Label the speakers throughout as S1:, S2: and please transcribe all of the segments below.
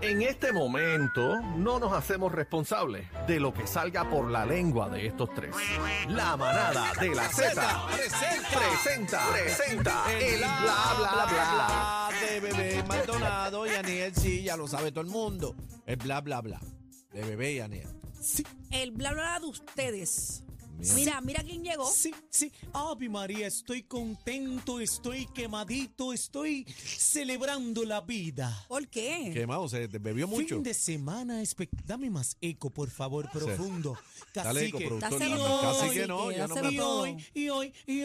S1: En este momento no nos hacemos responsables de lo que salga por la lengua de estos tres. La manada de la Z
S2: presenta,
S1: presenta, presenta el bla bla bla.
S2: bla de bebé Maldonado y Aniel, sí, ya lo sabe todo el mundo. El bla bla bla de bebé y Aniel. Sí,
S3: el bla bla bla de ustedes.
S2: Mira.
S3: Mira, mira quién llegó.
S4: Sí, sí. Ave María, estoy contento, estoy quemadito, estoy celebrando la vida.
S3: ¿Por qué?
S2: quemado, se te bebió mucho.
S4: Fin de semana espe- Dame más eco, por favor, profundo.
S2: Dale, eco,
S4: Cacique.
S2: productor.
S3: Dáselo
S2: no,
S3: todo,
S2: Casi que no,
S3: cacique,
S2: yo no
S3: dáselo
S2: me
S4: Y hoy, y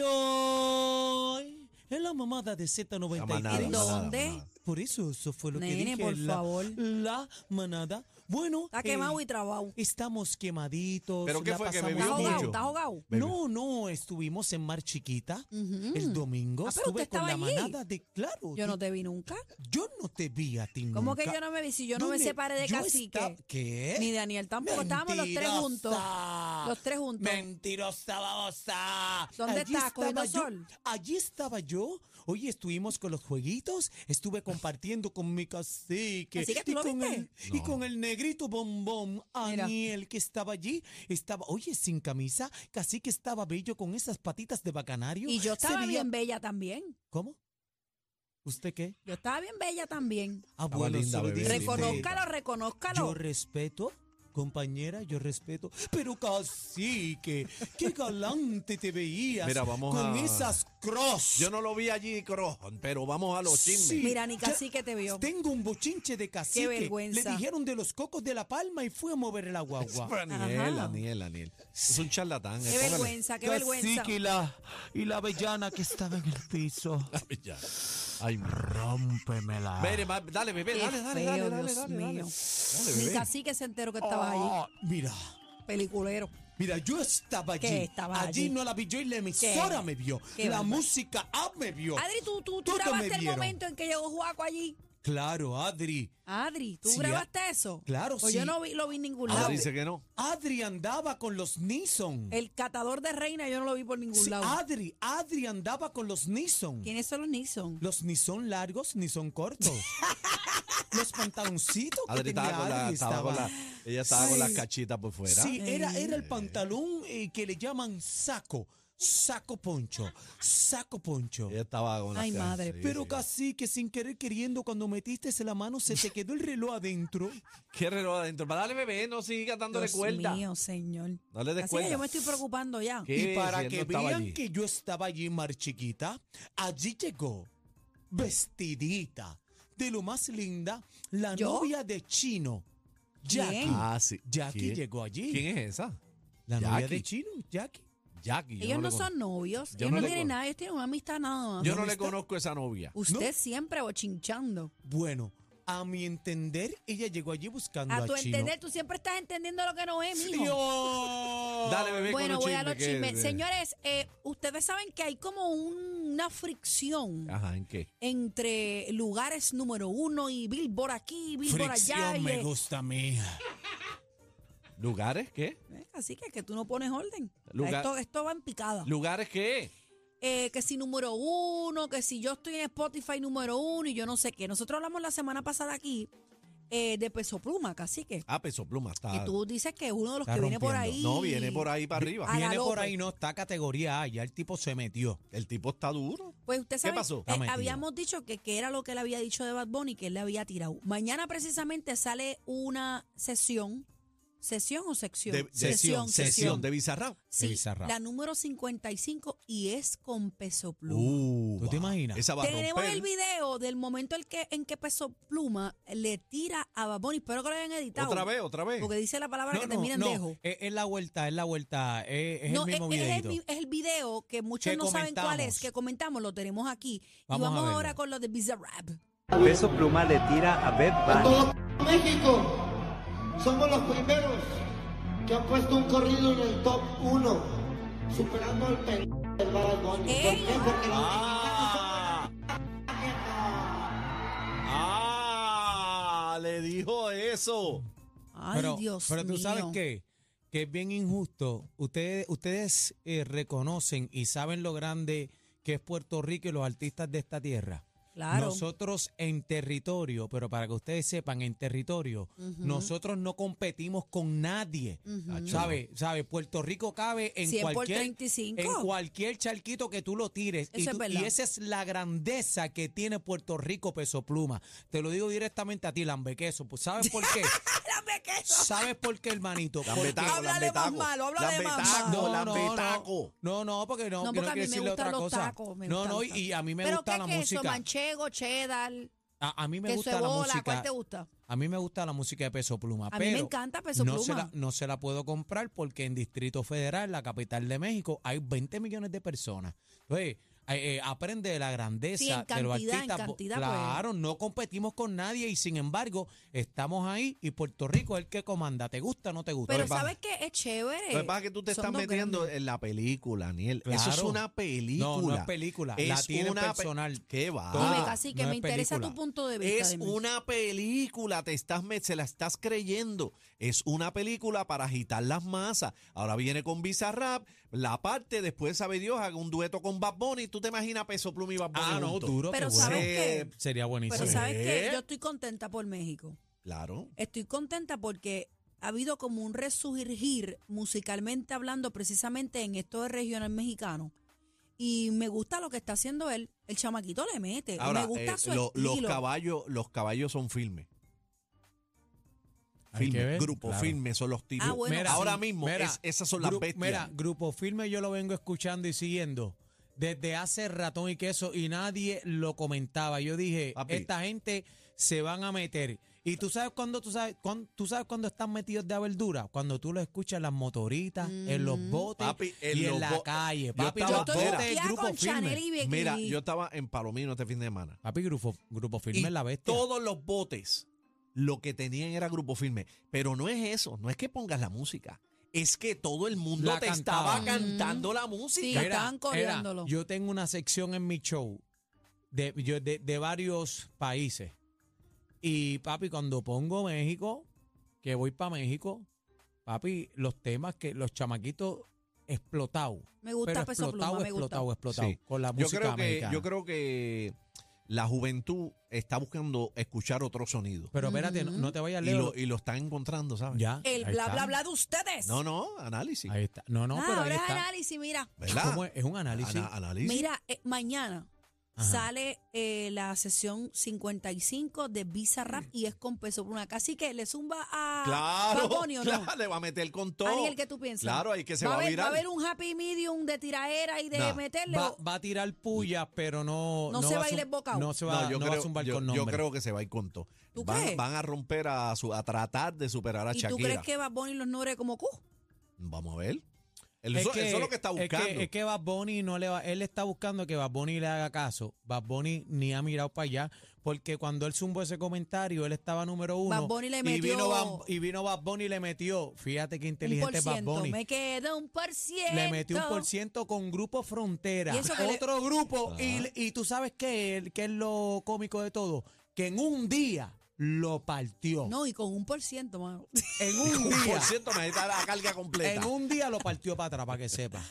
S4: hoy, y hoy. Es la mamada de
S2: La
S4: Z93.
S2: manada,
S3: ¿En
S2: manada,
S3: dónde?
S2: manada.
S4: Por eso, eso fue lo que
S3: Nene,
S4: dije.
S3: por
S4: la,
S3: favor.
S4: La manada. Bueno.
S3: Está
S4: eh,
S3: quemado y trabado.
S4: Estamos quemaditos.
S2: ¿Pero qué
S4: la
S2: fue que
S4: pasamos
S3: Está
S4: bien.
S2: bebió
S3: jugado,
S2: mucho?
S3: está jugado.
S2: Baby.
S4: No, no, estuvimos en Mar Chiquita el domingo.
S3: Ah, pero
S4: estuve
S3: usted
S4: con la
S3: estaba allí.
S4: manada de Claro.
S3: Yo no
S4: tú-
S3: te vi nunca.
S4: yo no te vi a ti
S3: ¿Cómo
S4: nunca.
S3: que yo no me vi? Si yo no me
S4: ¿Dónde?
S3: separé de
S4: Yo
S3: Cacique.
S4: esta-
S2: ¿Eh?
S4: ¿Qué?
S3: Ni Daniel tampoco. Estábamos los tres juntos.
S4: Mentirosa.
S3: Los tres juntos.
S4: Mentirosa, babosa.
S3: ¿Dónde
S4: Allí
S3: está? ¿Cogiendo
S4: estaba yo-
S3: sol?
S4: Allí estaba yo. Hoy estuvimos con los jueguitos. Estuve compartiendo con mi cacique.
S3: Cacique, ¿tú
S4: y,
S3: lo
S4: con
S3: viste?
S4: el, y con el negrito bombón,
S3: Mira.
S4: Aniel, que estaba allí. Estaba, oye, sin camisa. Cacique estaba bello con esas patitas de bacanario.
S3: Y yo
S4: Se
S3: estaba
S4: veía-
S3: bien bella también.
S4: ¿Cómo? ¿Usted qué?
S3: Yo estaba bien bella también.
S4: Abuelo,
S2: linda,
S4: solo
S2: Ah, bebé,
S4: dice-
S2: linda.
S3: Reconózcalo,
S4: Yo
S3: reconózcalo.
S4: respeto, compañera, yo respeto. Pero cacique, qué galante te veías
S2: Mira, vamos
S4: con
S2: a-
S4: esas cross.
S2: Yo no lo vi allí, Crojón, pero vamos a los chismes.
S4: Sí.
S3: Mira, ni
S4: Ya-
S3: Cacique te vio.
S4: Tengo un bochinche de cacique.
S3: vergüenza.
S4: Le dijeron de los cocos de la palma y fue a mover la
S2: Pero
S4: guagua.
S2: Aniel,
S3: Ajá.
S2: Aniel, Aniel. Es un charlatán. eh,
S3: Qué vergüenza, Ah, qué vergüenza.
S4: y la, y la avellana que estaba en el piso.
S2: Ya. Ay, mi-
S4: Rómpemela.
S2: Mire, ma- dale, bebé,
S3: Qué
S2: dale, dale,
S3: feo,
S2: dale, dale,
S3: Dios
S2: dale, dale.
S3: mío.
S2: Dale,
S3: Ni
S2: bebé. Oh.
S3: Cacique se enteró que estabas allí.
S4: mira,
S3: Peliculero.
S4: mira, yo estaba allí.
S3: ¿Qué estaba
S4: allí?
S3: allí?
S4: no la vi yo y la emisora
S3: ¿Qué?
S4: me vio.
S3: Qué
S4: la
S3: bárbaro.
S4: música app me vio.
S3: Adri, tú, tú, tú
S4: Todo me
S3: grabaste el
S4: vieron.
S3: momento en que llegó Juaco allí.
S4: Claro, Adri.
S3: Adri, ¿tú
S4: Sí,
S3: grabaste eso?
S4: claro,
S3: Pues
S4: sí.
S3: yo no vi, lo vi en ningún
S2: Ahora
S3: lado.
S2: dice que no.
S4: Adri andaba con los Nissan.
S3: El catador de reina yo no lo vi por ningún
S4: Sí, ah,
S3: lado.
S4: Adri, Adri andaba con los Nissan.
S3: ¿Quiénes son los Nixon?
S4: Los ni son largos ni son cortos. los pantaloncitos que
S2: Adri estaba
S4: tenía
S2: con la,
S4: Adri
S2: estaba con la- ella estaba con
S4: Sí.
S2: las cachitas por fuera.
S4: Sí, era, era el pantalón eh, que le llaman saco. Saco poncho. Saco poncho.
S2: Ella estaba con las
S3: Ay,
S2: ca-
S3: madre.
S2: sí,
S4: Pero
S2: sí.
S4: casi que sin querer queriendo, cuando metiste la mano, se te quedó el reloj adentro.
S2: ¿Qué reloj adentro? Para dale, bebé, no siga dándole
S3: Dios
S2: cuerda.
S3: mío, señor.
S2: No le des
S3: Así que
S2: cuerda.
S3: yo me estoy preocupando ya.
S2: ¿Qué?
S4: Y
S2: si
S4: para
S2: él
S4: que
S2: no estaba
S4: vean
S2: allí.
S4: que yo estaba allí, Mar Chiquita, allí llegó, vestidita, de lo más linda, la
S3: ¿Yo?
S4: novia de Chino. Jackie.
S3: ¿Quién?
S2: Ah, sí.
S4: Jackie
S2: ¿Quién?
S4: llegó allí.
S2: ¿Quién es esa?
S4: La novia
S2: Jackie.
S4: de Chino, Jackie.
S2: Jackie. yo
S3: Ellos no,
S2: le con-
S3: son novios,
S2: Yo
S3: ellos
S2: no
S3: no,
S2: le
S3: tienen
S2: con-
S3: nada, ellos tienen una amistad nada más.
S2: Yo no le
S4: está?
S2: conozco esa novia.
S3: Usted siempre bochinchando.
S4: Bueno, a mi entender, ella llegó allí buscando a,
S3: A tu
S4: Chino.
S3: entender, tú siempre estás entendiendo lo que no es, mijo.
S4: Dios.
S2: Dale, bebé,
S3: bueno,
S2: con
S3: voy
S2: los
S3: a los
S2: que-
S3: chismes.
S2: de-
S3: Señores, eh, ustedes saben que hay como un- una fricción
S2: Ajá, ¿en qué?
S3: entre lugares número uno y Billboard aquí, Billboard allá.
S4: Fricción
S3: y,
S4: me
S3: eh,
S4: gusta a mí.
S2: ¿Lugares qué?
S3: eh, así que que tú no pones orden.
S2: Lugar-
S3: Esto, esto va en picada.
S2: ¿Lugares qué?
S3: eh, que si número uno, que si yo estoy en Spotify número uno y yo no sé qué. Nosotros hablamos la semana pasada aquí eh, de peso pluma, casi que.
S2: Ah, peso pluma está.
S3: Y tú dices que uno de los
S4: Está
S3: que viene por
S4: rompiendo.
S3: ahí.
S2: No, viene por ahí para arriba.
S3: A la
S4: Viene por
S3: López.
S4: ahí, no está categoría A, ya el tipo se metió.
S2: El tipo está duro.
S3: Pues usted sabe,
S2: pasó?
S3: eh,
S4: Está metido.
S3: habíamos dicho que, que era lo que él había dicho de Bad Bunny, que él le había tirado. Mañana precisamente sale una sesión. ¿Sesión o sección?
S2: De- de-
S3: sesión,
S2: Sesión de Bizarrap.
S3: Sí,
S4: Bizarrap.
S3: la número 55 y es con peso pluma.
S2: Uh,
S4: ¿Tú te
S2: va.
S4: imaginas?
S2: Esa va a
S3: Tenemos
S2: romper.
S3: el video del momento el que, en que Peso Pluma le tira a Baboni. Espero que lo hayan editado.
S2: Otra vez, otra vez.
S3: Porque dice la palabra que termina en dejo.
S4: Es, es la vuelta, es la vuelta, es, es
S3: no,
S4: el mismo
S3: es, es el,
S4: videito.
S3: mi- es el video que muchos
S4: Que
S3: no saben cuál es,
S4: comentamos.
S3: que comentamos, lo tenemos aquí. y
S4: Vamos a
S3: vamos
S4: verlo.
S3: ahora con lo de Bizarrap.
S5: Peso Pluma le tira a Beth Van.
S6: Todo México somos los primeros que han puesto un corrido en el top 1, superando al pe- del Bad Bunny. ¿Por
S3: ¡Ey!
S6: qué? Porque los
S2: Ah, ah, le dijo eso.
S3: Ay, Dios
S4: pero tú sabes
S3: mío.
S4: qué, que es bien injusto. Ustedes, ustedes eh, reconocen y saben lo grande que es Puerto Rico y los artistas de esta tierra.
S3: Claro.
S4: Nosotros en territorio, pero para que ustedes sepan, en territorio, nosotros no competimos con nadie. ¿Sabe? ¿Sabe? Puerto Rico cabe en
S3: 100 por
S4: cualquier
S3: 35.
S4: en cualquier charquito que tú lo tires y,
S3: Eso es
S4: tú-
S3: verdad.
S4: y esa es la grandeza que tiene Puerto Rico peso pluma. Te lo digo directamente a ti, Lambequeso, pues ¿sabes por qué?
S3: Dame queso.
S4: ¿Sabes por qué, hermanito? Porque-
S2: Lambetaco,
S3: Háblale más
S2: lambetaco,
S3: malo, háblale más
S2: lambetaco,
S3: malo.
S2: lambetaco.
S4: No, no, porque no,
S3: No,
S4: que no
S3: porque a
S4: quiere
S3: mí me
S4: decirle otra
S3: gustan los
S4: cosa.
S3: tacos. me
S4: no,
S3: gustan
S4: no,
S3: los
S4: y
S3: tacos.
S4: a mí me
S3: ¿Pero
S4: gusta
S3: qué
S4: la
S3: queso?
S4: música.
S3: Manchego, cheddar,
S4: A, a mí me
S3: queso
S4: gusta
S3: de
S4: la
S3: bola.
S4: música.
S3: ¿Cuál te gusta?
S4: A mí me gusta la música de Peso Pluma.
S3: A mí me
S4: pero
S3: encanta Peso
S4: no Se
S3: Pluma.
S4: la, no se la puedo comprar porque en Distrito Federal, la capital de México, hay 20 millones de personas. Entonces, eh, eh, aprende de la grandeza
S3: Sí, en
S4: de los
S3: cantidad, en
S4: artistas. po-
S3: cantidad, pues.
S4: claro, no competimos con nadie y sin embargo, estamos ahí y Puerto Rico es el que comanda. ¿Te gusta o no te gusta?
S3: Pero
S4: Pues,
S3: ¿sabes qué? Es chévere.
S2: Lo que pasa es que tú te
S3: Son
S2: estás
S3: dos
S2: metiendo
S3: grandes.
S2: en la película, Daniel. Eso es
S4: Claro.
S2: una película.
S4: No, no es película. la
S2: Es
S4: tiene
S2: una pe-
S4: personal.
S2: ¿Qué va?
S4: Todo.
S3: Dime,
S4: Ah,
S3: casi que
S4: no
S3: me
S4: es
S3: interesa
S4: película.
S3: tu punto de vista.
S2: Es
S3: dime.
S2: una película, te estás, me- se la estás creyendo. Es una película para agitar las masas. Ahora viene con Bizarrap, la parte, después sabe Dios, haga un dueto con Bad Bunny. ¿Tú te imaginas Peso Pluma y Bad Bunny?
S4: Ah, no,
S2: juntos?
S4: duro.
S3: Pero
S4: qué bueno.
S3: ¿sabes qué?
S2: Eh,
S4: Sería buenísimo.
S3: Pero ¿sabes qué?
S2: Sí.
S3: Yo estoy contenta por México.
S2: Claro.
S3: Estoy contenta porque ha habido como un resurgir musicalmente hablando precisamente en esto de regional mexicano. Y me gusta lo que está haciendo él. El chamaquito le mete.
S2: Ahora,
S3: me gusta
S2: eh,
S3: su
S2: lo- los,
S3: estilo.
S2: caballos, los caballos son firmes.
S4: Hay que
S2: Firme,
S4: ver,
S2: grupo
S4: claro.
S2: firme son los tipos.
S3: Ah, bueno, Mira,
S2: Ahora
S3: sí.
S2: mismo,
S4: Mira,
S2: es- esas son las
S4: gru-
S2: bestias.
S4: Mira, Grupo Firme yo lo vengo escuchando y siguiendo desde hace ratón y queso y nadie lo comentaba. Yo dije,
S2: Papi.
S4: esta gente se van a meter. Y tú sabes cuando tú sabes cuán- tú sabes cuando están metidos de verdura, cuando tú lo escuchas en las motoritas, en los botes
S2: Papi, en
S4: y
S2: los
S4: en la
S2: bo-
S4: calle,
S2: Yo
S4: papi.
S2: estaba-
S3: Mm. yo
S4: los
S3: estoy
S4: botes,
S2: Mira,
S3: choqueada con Chanel y Becky.
S2: Mira, yo estaba en Palomino este fin de semana.
S4: Papi, grupo, grupo Firme
S2: Y
S4: es la bestia.
S2: Todos los botes lo que tenían era grupo firme. Pero no es eso, no es que pongas la música. Es que todo el mundo
S4: La
S2: te
S4: cantaban.
S2: estaba cantando la
S3: Mm. Sí,
S2: música.
S3: estaban coreándolo.
S4: yo tengo una sección en mi show de, yo- de- de varios países. Y papi, cuando pongo México, que voy para México, papi, los temas que los chamaquitos explotados.
S3: me gusta
S4: pero
S3: Peso Pluma,
S4: explotado,
S3: me gusta.
S4: explotado, explotado.
S2: Sí.
S4: Con la
S2: Yo
S4: música
S2: creo, que,
S4: americana.
S2: yo creo que la juventud está buscando escuchar otro sonido.
S4: Pero espérate, no, no te vayas a
S2: Y
S4: leer.
S2: lo, y lo están encontrando, ¿sabes?
S4: Ya.
S3: El
S4: ahí
S3: bla,
S4: está.
S3: bla, bla de ustedes.
S2: No, no, análisis.
S4: Ahí está. No, no,
S3: Ah,
S4: pero ahí
S3: ahora es
S4: está.
S3: análisis, mira.
S2: ¿Verdad?
S4: ¿Cómo es? Es un análisis.
S2: Ana- análisis.
S3: Mira, eh, mañana
S4: Ajá.
S3: sale eh, la sesión 55 de Visa
S4: Mm.
S3: Rap y es con peso por una. Así que le zumba a
S2: claro,
S3: Bad Bunny, ¿o
S2: claro,
S3: no.
S2: le va a meter con todo.
S3: Ariel, ¿qué tú piensas?
S2: Claro, ahí que se va,
S3: a
S2: a
S3: haber,
S2: virar.
S3: Va a haber un happy medium de tiraera y de
S2: Nah,
S3: meterle.
S4: Va,
S3: o-
S4: va a tirar puya, pero no.
S3: No se
S4: va
S3: va a ir
S4: zum-
S3: desbocado.
S4: No se va, no va a zumbar
S2: yo-
S4: con
S2: yo
S4: nombre.
S2: creo que se va a ir con todo.
S3: ¿Tú
S2: van,
S3: crees?
S2: van a romper a, su, a tratar de superar a
S3: ¿Y tú
S2: Shakira.
S3: crees que Bad Bunny los nombre como Q?
S2: Vamos a ver. El-
S4: Es
S2: eso,
S4: que-
S2: eso es lo que está buscando.
S4: Es que, es que Bad Bunny no le va, él está buscando que Bad Bunny le haga caso. Bad Bunny ni ha mirado para allá, porque cuando él zumbó ese comentario, él estaba número uno.
S3: Bad Bunny le
S4: Y
S3: metió-
S4: vino, Bad, y vino Bad Bunny y le metió, fíjate qué
S3: Un por
S4: inteligente es Bad
S3: ciento.
S4: Bunny.
S3: Me queda un por ciento.
S4: Le metió un por ciento con Grupo Frontera,
S3: Y eso que le-
S4: otro grupo.
S2: Ah.
S4: Y, y tú sabes qué, es- qué es lo cómico de todo, que en un día lo partió.
S3: No, y con un por ciento, mano.
S4: En un
S2: Por
S4: día.
S2: cierto, me necesita la carga completa.
S4: En un día lo partió para atrás, para que sepa.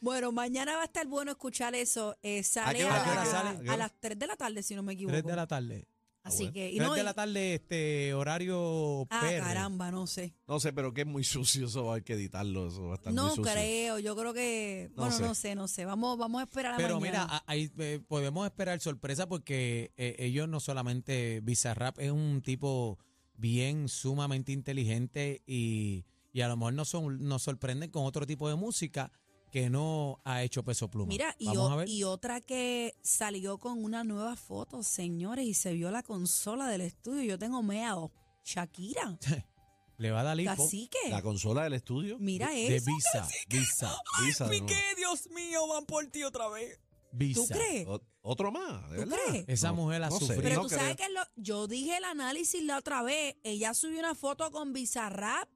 S3: Bueno, mañana va a estar bueno escuchar eso. Eh, sale
S2: qué
S3: a,
S2: hora?
S4: ¿A qué hora
S3: la-
S4: sale? ¿A qué
S3: a
S4: hora?
S3: las 3 de la tarde, si no me equivoco.
S4: Tres de la tarde.
S3: Así que. y
S4: Tres
S3: no,
S4: de
S3: y-
S4: la tarde, este horario
S3: Ah,
S4: PR.
S3: caramba, no sé.
S2: No sé, pero que es muy sucio eso. Hay que editarlo. Eso va a estar muy
S3: No
S2: sucio.
S3: creo, yo creo que.
S2: No
S3: bueno,
S2: sé.
S3: no sé, no sé. Vamos, vamos a esperar a
S4: Pero mira,
S3: mañana.
S4: a- ahí eh, podemos esperar sorpresa porque eh, ellos no solamente Bizarrap es un tipo bien sumamente inteligente y, y a lo mejor nos, son- nos sorprenden con otro tipo de música que no ha hecho peso pluma.
S3: Mira, y,
S4: Vamos
S3: o-
S4: a ver.
S3: y otra que salió con una nueva foto, señores, y se vio la consola del estudio. Yo tengo meado. Shakira,
S4: Le va a dar hipo
S3: cacique.
S2: La consola del estudio.
S3: Mira
S4: de
S3: eso.
S4: Visa, Visa,
S2: Visa, ¿no?
S3: Dios mío, van por ti otra vez.
S4: Visa.
S3: ¿Tú crees?
S2: O- Otro más, de
S3: ¿Tú
S2: verdad.
S3: crees?
S4: Esa
S2: No,
S4: mujer ha
S2: no sé.
S4: sufrido.
S3: Pero
S2: No
S3: tú sabes
S2: creo.
S3: que lo- yo dije el análisis la otra vez. Ella subió una foto con Bizarrap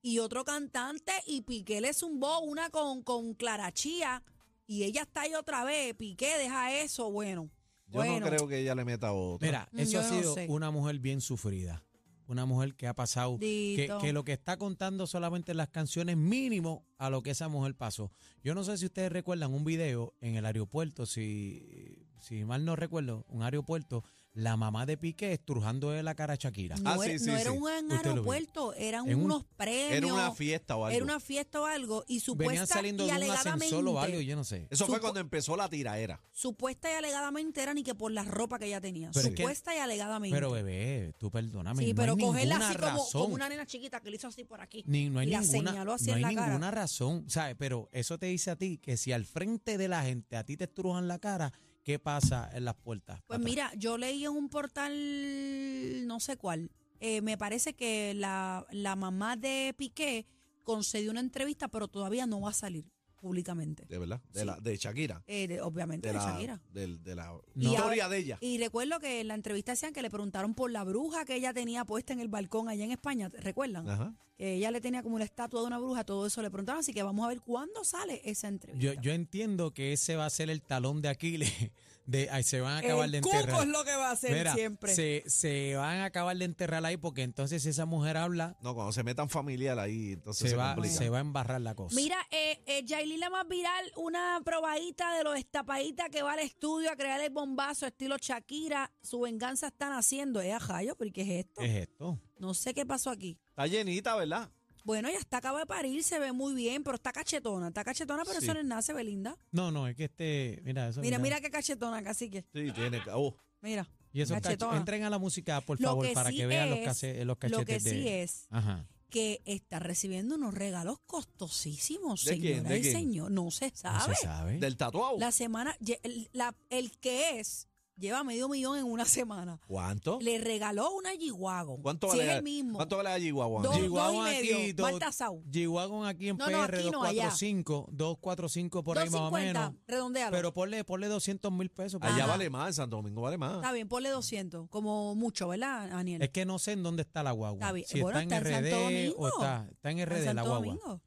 S3: y otro cantante y Piqué le zumbó una con, con Clara Chía y ella está ahí otra vez. Piqué, deja eso. Bueno,
S2: Yo
S3: bueno.
S2: no creo que ella le meta otra.
S4: Mira,
S3: Mm,
S4: eso
S3: yo
S4: ha
S3: no
S4: sido
S3: sé.
S4: una mujer bien sufrida. Una mujer que ha pasado. Que,
S3: Dito.
S4: que lo que está contando solamente las canciones mínimo a lo que esa mujer pasó. Yo no sé si ustedes recuerdan un video en el aeropuerto, si, si mal no recuerdo, un aeropuerto, la mamá de Piqué estrujando de la cara a Shakira.
S3: no,
S2: Ah, sí,
S3: era-
S2: sí,
S3: no
S2: sí.
S3: era un
S4: Usted lo vio.
S3: aeropuerto, eran
S4: En un-
S3: unos premios.
S2: Era una fiesta o algo.
S3: Era una fiesta o algo y
S4: Venían
S3: supuesta
S4: saliendo
S3: y
S4: de un ascensor o algo,
S3: alegadamente
S4: yo no sé.
S2: Eso fue
S3: Supo-
S2: cuando empezó la tiraera.
S3: supuesta y alegadamente era ni que por la ropa que ella tenía
S4: Pero es que-
S3: supuesta y alegadamente
S4: Pero bebé, tú perdóname.
S3: sí
S4: no
S3: pero
S4: hay
S3: cogerla
S4: ninguna
S3: así como,
S4: razón.
S3: como una nena chiquita que le hizo así por aquí
S4: Ni- no hay
S3: y la
S4: ninguna,
S3: señaló así
S4: no
S3: en
S4: hay
S3: la cara.
S4: ninguna razón, ¿sabes? Pero eso te dice a ti que si al frente de la gente a ti te estrujan la cara, ¿qué pasa en las puertas?
S3: Pues
S4: Atrás.
S3: mira, yo leí en un portal, no sé cuál, eh, me parece que la, la mamá de Piqué concedió una entrevista, pero todavía no va a salir públicamente.
S2: De verdad. De,
S3: Sí.
S2: la, de Shakira.
S3: Eh, de- obviamente
S2: De
S3: de
S2: la,
S3: Shakira.
S2: del- de la
S3: Y
S2: historia
S3: ahora-
S2: de ella.
S3: Y recuerdo que en la entrevista decían que le preguntaron por la bruja que ella tenía puesta en el balcón allá en España, ¿te- ¿recuerdan?
S2: Ajá.
S3: Que ella le tenía como una estatua de una bruja, todo eso le preguntaron, así que vamos a ver cuándo sale esa
S4: Yo,
S3: entrevista.
S4: yo entiendo que ese va a ser el talón de Aquiles. De, ay, se van a acabar de
S3: el cuco
S4: enterrar.
S3: es lo que va a hacer
S4: Mira,
S3: siempre.
S4: Se, se van a acabar de enterrar ahí porque entonces si esa mujer habla,
S2: No, cuando se metan familiar ahí, entonces se,
S4: se, va,
S2: complica.
S4: se va a embarrar la cosa.
S3: Mira, eh, eh, Yailin la más viral, una probadita de los estapaditas que va al estudio a crear el bombazo estilo Shakira. Su venganza están haciendo. Eh, ajayo, ¿por qué es esto?
S4: es esto.
S3: No sé qué pasó aquí.
S2: Está llenita, ¿verdad?
S3: Bueno, ella está acaba de parir, se ve muy bien, pero está cachetona. Está cachetona, pero
S2: Sí.
S3: eso no es nada, se ve linda.
S4: No, no, es que este, mira eso.
S3: Mira, mira qué cachetona, casi que.
S2: Sí, tiene. Oh,
S3: Mira.
S4: Y esos cach-
S3: cachetona.
S4: entren a la música, por
S3: Lo
S4: favor,
S3: que
S4: para
S3: sí
S4: que vean los,
S3: es-
S4: case- los cachetes
S3: Lo que sí
S4: de-
S3: es
S4: Ajá.
S3: que está recibiendo unos regalos costosísimos,
S2: ¿De quién?
S3: señora
S2: ¿De
S3: y
S2: quién?
S3: señor. No se
S4: No
S3: sabe.
S4: se sabe.
S2: del tatuado.
S3: La semana, lle- el, la- el que es, lleva medio millón en una semana.
S2: ¿Cuánto?
S3: Le regaló una G-Wagon.
S2: ¿Cuánto
S3: si
S2: vale?
S3: es el mismo.
S2: ¿Cuánto vale la Chihuahua?
S3: Dos-
S2: Chihuahua.
S4: Chihuahua
S3: dos y medio,
S4: aquí,
S3: mal tasado.
S4: Chihuahua aquí en
S3: No, no,
S4: PR
S3: aquí no, allá.
S4: 245, 245 por ahí más o
S3: 250,
S4: menos.
S3: redondealo.
S4: Pero ponle, ponle 200 mil pesos. pues. por
S2: Allá
S4: ahí.
S3: Ajá.
S2: vale más, en Santo Domingo vale más.
S3: Está bien, ponle 200, como mucho, ¿verdad, Daniel?
S4: Ah. Es que no sé en dónde está la guagua.
S3: Está bien.
S4: Si
S3: Bueno,
S4: está en
S3: está en
S4: RD
S3: Santo
S4: Eh, o
S3: Domingo.
S4: está, está en RD la
S3: Santo
S4: guagua.
S3: Domingo.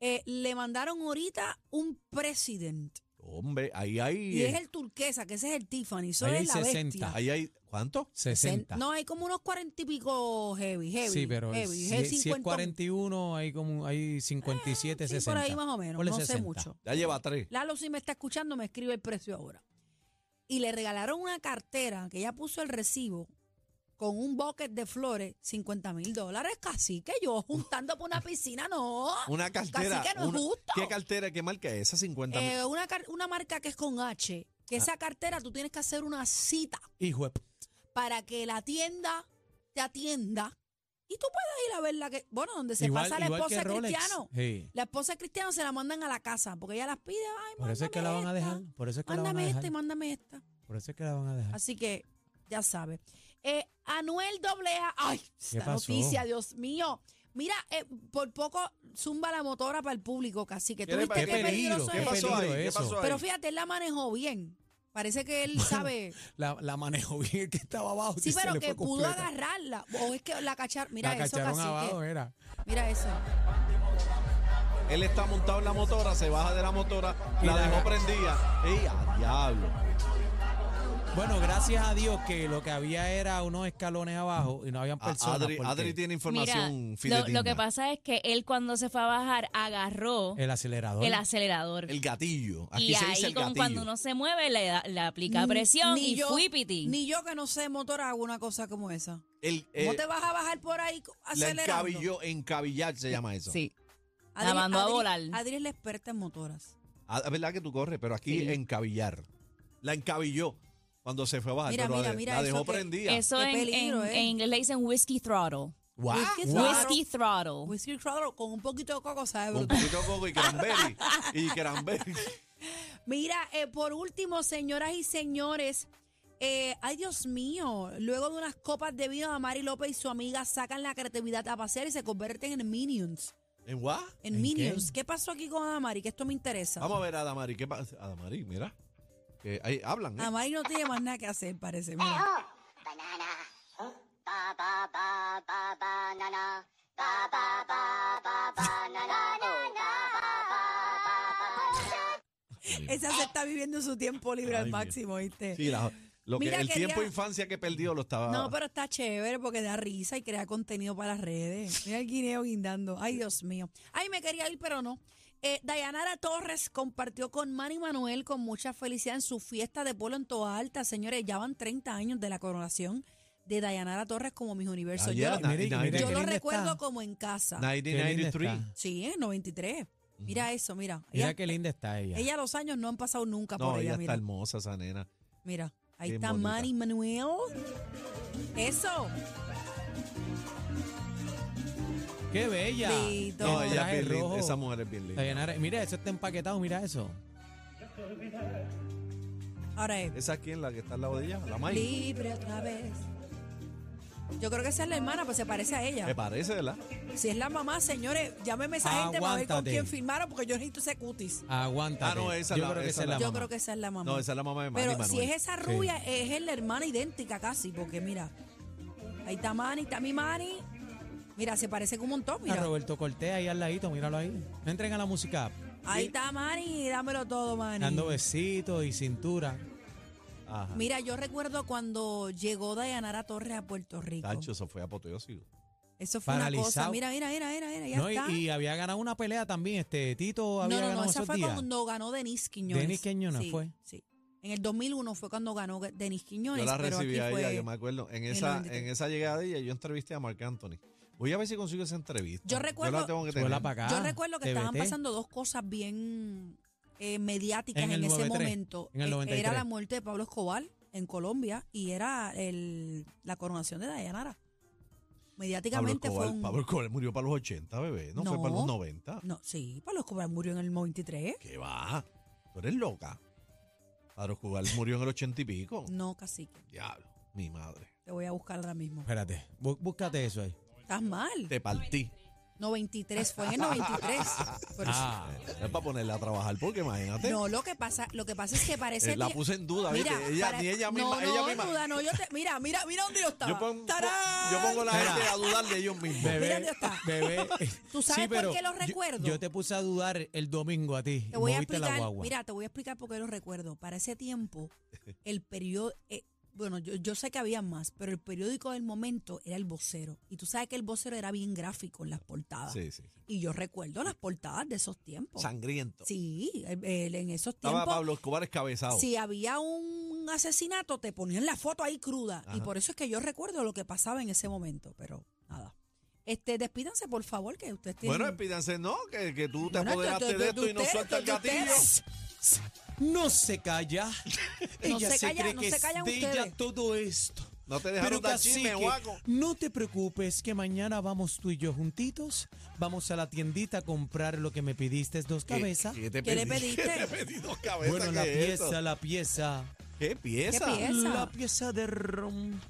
S3: Eh, le mandaron ahorita un president.
S2: Hombre, ahí hay.
S3: Y es el turquesa, que ese es el Tiffany. Eso
S4: Ahí hay
S3: es la
S4: 60.
S3: bestia.
S2: Ahí hay. ¿Cuánto?
S4: 60.
S3: No, hay como unos cuarenta y pico heavy, heavy.
S4: sí, pero
S3: heavy,
S4: si,
S3: heavy,
S4: si es
S3: cincuentón.
S4: 41, hay como hay 57,
S3: Eh, Sí,
S4: 60.
S3: por ahí más o menos,
S4: Ponle
S3: no
S4: 60.
S3: sé mucho.
S2: Ya lleva tres.
S3: Lalo, si me está escuchando, me escribe el precio ahora. Y le regalaron una cartera que ella puso el recibo con un bucket de flores, 50 mil dólares, casi que yo juntando por una piscina, no.
S2: Una cartera.
S3: Ah, Casi que no es
S2: una-
S3: justo.
S2: ¿Qué cartera? ¿Qué marca es esa? 50 mil.
S3: Eh, una, car- una marca que es con H,
S4: Ah.
S3: que esa cartera tú tienes que hacer una cita
S4: Hijo de p-
S3: para que la tienda te atienda y tú puedas ir a verla, que, bueno, donde se
S4: igual,
S3: pasa la
S4: igual
S3: esposa
S4: que
S3: de
S4: Rolex.
S3: Cristiano.
S4: Sí.
S3: La esposa de Cristiano se la mandan a la casa porque ella las pide, ay,
S4: Por eso es que la
S3: mándame
S4: van a
S3: esta,
S4: dejar. Por eso es que la van a
S3: Mándame este esta y
S4: dejar.
S3: mándame esta.
S4: Por eso es que la van a dejar.
S3: Así que ya sabe. Eh, Anuel Doblea, ay, esta
S4: pasó?
S3: noticia, Dios mío. Mira, eh, por poco zumba la motora para el público, casi que
S2: ¿Qué
S3: tú
S2: le
S3: viste
S2: pa-
S3: qué
S4: Qué
S2: peligro,
S4: peligro,
S3: peligroso
S4: qué
S3: es eso.
S4: peligro
S2: ahí? ¿Qué
S4: eso.
S2: pasó ahí?
S3: Pero fíjate, él la manejó bien. Parece que él sabe.
S4: La, la manejó bien el que estaba abajo. y
S3: Sí,
S4: se
S3: pero
S4: le
S3: que
S4: fue
S3: pudo
S4: completa.
S3: agarrarla. O es que la cacharon. Mira
S4: la
S3: eso,
S4: cacharon
S3: cacique.
S4: abajo, eh. era.
S3: Mira eso.
S2: Él está montado en la motora, se baja de la motora,
S4: Y
S2: la
S4: la-
S2: dejó prendida. ¡Ey, a diablo!
S4: Bueno, gracias a Dios que lo que había era unos escalones abajo y no habían
S2: A-
S4: personas.
S2: Adri,
S4: porque
S2: Adri tiene información
S7: Mira, lo,
S2: fidedigna.
S7: lo que pasa es que él cuando se fue a bajar agarró
S4: El acelerador.
S7: el acelerador.
S2: El gatillo. Aquí
S7: y
S2: se dice
S7: ahí
S2: el
S7: con
S2: gatillo.
S7: cuando uno se mueve le, da- le aplica presión
S3: Ni
S7: y
S3: yo-
S7: fuipiti.
S3: Ni yo que no sé de motor hago una cosa como esa.
S2: el,
S3: ¿Cómo
S2: eh,
S3: te vas a bajar por ahí
S2: la
S3: acelerando?
S2: encabilló, encabillar se llama eso.
S7: Sí. La mandó a volar.
S3: Adri es la experta en motoras.
S2: Ah, Es verdad que tú corres, pero aquí
S7: Sí.
S2: encabillar. La encabilló cuando se fue a bajar.
S3: Mira,
S2: pero
S3: mira,
S2: la de-
S3: mira
S2: la
S3: eso
S2: dejó
S3: que-
S2: prendida.
S7: Eso
S3: Qué
S7: en,
S3: peligro,
S7: en-
S3: ¿eh?
S7: en inglés le dicen whiskey throttle.
S2: Guau,
S3: Whisky
S2: guau.
S3: Claro.
S7: Whiskey throttle.
S3: Whisky Crawler con un poquito de coco sabe
S2: Con un
S3: brutal.
S2: poquito de coco y cranberry. y cranberry.
S3: Mira, eh, por último, señoras y señores, eh, ay Dios mío, luego de unas copas de vino, Amari López y su amiga sacan la creatividad a pasear y se convierten en Minions.
S2: ¿En guau?
S3: En,
S4: ¿En
S3: Minions. Qué? pasó aquí con Amari? Que esto me interesa.
S2: Vamos a ver a Adamari. ¿Qué pasa? Adamari, mira. que ahí hablan. ¿eh?
S3: Amari no tiene más nada que hacer, parece. mira. Esa se está viviendo su tiempo libre
S2: Ay,
S3: al
S2: mira.
S3: máximo, ¿viste?
S2: Sí, la- Ah. lo que,
S3: Mira,
S2: el
S3: quería-
S2: tiempo de infancia que perdió lo estaba.
S3: No, pero está chévere porque da risa y crea contenido para las redes. Mira el guineo guindando. Ay, Dios mío. Ay, me quería ir, pero no. Eh, Dayanara Torres compartió con Manny Manuel con mucha felicidad en su fiesta de pueblo en Toa Alta. Señores, ya van 30 años de la coronación de Dayanara Torres como Miss Universo. Yo,
S2: Dayana,
S3: lo-
S4: Mire,
S2: Dayana,
S4: mire
S3: yo
S4: qué
S3: lo
S4: linda
S3: recuerdo
S4: está.
S3: como en casa.
S4: Qué linda
S2: 1993.
S4: está.
S3: Sí, en 93. Mira eso, mira.
S4: Mira
S3: Ella,
S4: qué linda está ella.
S3: ella los años no han pasado nunca
S2: No,
S3: por
S2: ella
S3: ella,
S2: está
S3: mira.
S2: hermosa esa nena.
S3: Mira, ahí
S2: Bien
S3: está
S2: bonita.
S3: Manny Manuel. Eso.
S4: Qué bella.
S3: Bendito.
S4: El
S2: No, ella
S4: traje
S2: es bien linda,
S4: rojo.
S2: Esa mujer es bien linda.
S4: Dayanara, mira, eso está empaquetado, mira eso.
S3: Ahora es.
S2: ¿Esa quién? La que está al lado de ella, la May.
S3: Libre otra vez. Yo creo que esa es la hermana, pues se parece a
S2: Me
S3: ella.
S2: parece, ¿verdad?
S3: Si es la mamá, señores, llámeme a esa gente para ver con
S4: Aguántate.
S3: quién firmaron, porque yo necesito ese cutis.
S4: Aguanta.
S2: Ah, no, esa
S4: yo
S2: la-
S4: creo que
S2: esa
S4: esa es la
S3: yo
S4: mamá.
S3: creo que esa es la mamá.
S2: No, esa es la mamá de Manny
S3: Pero si
S2: Manuel.
S3: es esa rubia, es la hermana idéntica casi, porque mira, ahí está Manny, está mi Manny. Mira, se parece un montón,
S4: A
S3: mira.
S4: Roberto Cortés ahí al ladito, míralo ahí. No entren a la música.
S3: Ahí está Manny, dámelo todo, Manny.
S4: Dando besitos y cintura. Ah.
S2: Ajá.
S3: Mira, yo recuerdo cuando llegó Dayanara Torres a Puerto Rico.
S2: Tacho, eso fue apoteósico.
S3: Eso fue una cosa.
S4: Paralizado.
S3: Mira, mira, mira, mira, mira, ya
S4: No, y,
S3: está.
S4: y había ganado una pelea también. Este Tito había
S3: no, no,
S4: ganado
S3: no, esa
S4: esos
S3: fue
S4: días.
S3: cuando ganó Denis Quiñones.
S4: Denis Quiñones
S3: Sí,
S4: fue.
S3: Sí. En el 2001 fue cuando ganó Denis Quiñones.
S2: Yo la
S3: pero
S2: recibí
S3: aquí
S2: a
S3: fue...
S2: ella, yo me acuerdo. En
S3: el
S2: esa,
S3: 93.
S2: en esa llegada de ella, yo entrevisté a Marc Anthony. Voy a ver si consigo esa entrevista.
S3: Yo recuerdo-
S2: la tengo que tener.
S4: Suela pa' acá,
S3: Yo recuerdo que estaban
S4: TVT.
S3: pasando dos cosas bien eh, mediáticas en,
S4: En el
S3: ese
S4: 93,
S3: momento.
S4: en el
S3: Eh,
S4: 93.
S3: Era la muerte de Pablo Escobar en Colombia y era el, la coronación de Dayanara.
S2: Pablo
S3: Mediáticamente
S2: Escobar,
S3: fue un...
S2: Pablo Escobar murió para los 80, bebé. No, fue para los
S3: No.
S2: 90.
S3: No, sí, Pablo Escobar murió en el 93.
S2: ¿Qué va? Tú eres loca. Pablo Escobar murió en el 80 y pico.
S3: No, cacique.
S2: Diablo, mi madre.
S3: Te voy a buscar ahora mismo.
S4: Espérate, bú- búscate eso ahí.
S3: Estás mal.
S2: Te partí.
S3: 93, fue en el 93. Pero-
S4: Ah,
S2: Eh, Es para ponerla a trabajar, porque imagínate.
S3: No, lo que pasa, lo que pasa es que parece.
S2: Eh, la
S3: ni-
S2: puse en duda, ¿viste? Ella-
S3: para-
S2: ni ella
S3: no, No,
S2: misma, ella misma.
S3: duda, no, yo te- mira, mira, mira dónde yo estaba.
S2: yo, pongo,
S3: ¡Tarán!
S2: yo pongo la
S4: Mira.
S2: gente a dudar de ellos mismos.
S3: Mira
S4: bebé,
S3: dónde está.
S4: bebé.
S3: ¿Tú sabes por
S4: pero
S3: qué lo
S4: yo-
S3: recuerdo?
S4: Yo, te puse a dudar el domingo a ti.
S3: Te voy a
S4: Moviste la
S3: explicar,
S4: guagua.
S3: mira, te voy a explicar por qué lo recuerdo. Para ese tiempo, el periodo, eh, bueno, yo, yo sé que había más, pero el periódico del momento era el vocero. Y tú sabes que el vocero era bien gráfico en las portadas.
S2: Sí, sí. sí.
S3: Y yo recuerdo las portadas de esos tiempos.
S2: Sangriento.
S3: Sí, el- el- en esos
S2: Estaba
S3: tiempos.
S2: Pablo Escobar escabezado.
S3: Si había un asesinato, te ponían la foto ahí cruda. Y
S2: Ajá.
S3: por eso es que yo recuerdo lo que pasaba en ese momento, pero nada. Este, despídanse, por favor, que ustedes tienen...
S2: Bueno, despídanse, no, que, que tú te
S3: Bueno,
S2: apoderaste
S3: de- de-
S2: de
S3: de
S2: esto y no
S3: ustedes,
S2: sueltas el
S3: de
S2: gatillo.
S3: ustedes.
S4: No se calla.
S3: No
S4: ella
S3: se
S4: se,
S3: calla,
S4: cree
S3: no
S4: que
S3: se callan
S4: es de ella
S3: ustedes.
S4: todo esto.
S2: No te
S4: Pero
S2: dejaron dar
S4: cacique,
S2: chisme, guaco.
S4: no te preocupes que mañana vamos tú y yo juntitos. Vamos a la tiendita a comprar lo que me pidiste dos cabezas.
S2: te
S3: ¿Qué le
S2: pedí?
S3: pediste?
S2: ¿Qué te pedí dos cabezas?
S4: Bueno, la
S2: ¿qué es
S4: pieza,
S2: eso?
S4: la pieza.
S2: ¿Qué pieza?
S3: ¿Qué pieza?
S4: La pieza de rom.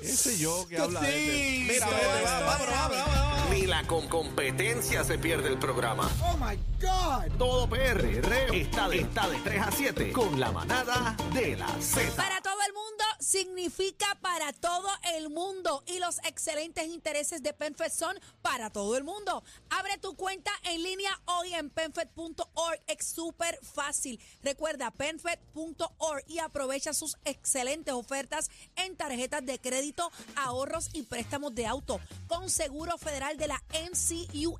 S2: Ese yo que habla de
S4: Sí,
S2: Mira,
S4: todo
S2: vete, va,
S4: esto
S2: vámonos,
S4: era-
S2: vámonos, vámonos.
S1: Ni la con competencia se pierde el programa. Oh my God. Todo PR está de, está de 3 a 7 con la manada de la Z.
S3: Para todo el mundo significa para todo el mundo y los excelentes intereses de PenFed son para todo el mundo. Abre tu cuenta en línea hoy en penfed.org. Es súper fácil. Recuerda penfed.org y aprovecha sus excelentes ofertas en tarjetas de crédito, ahorros y préstamos de auto con seguro federal de la NCUA.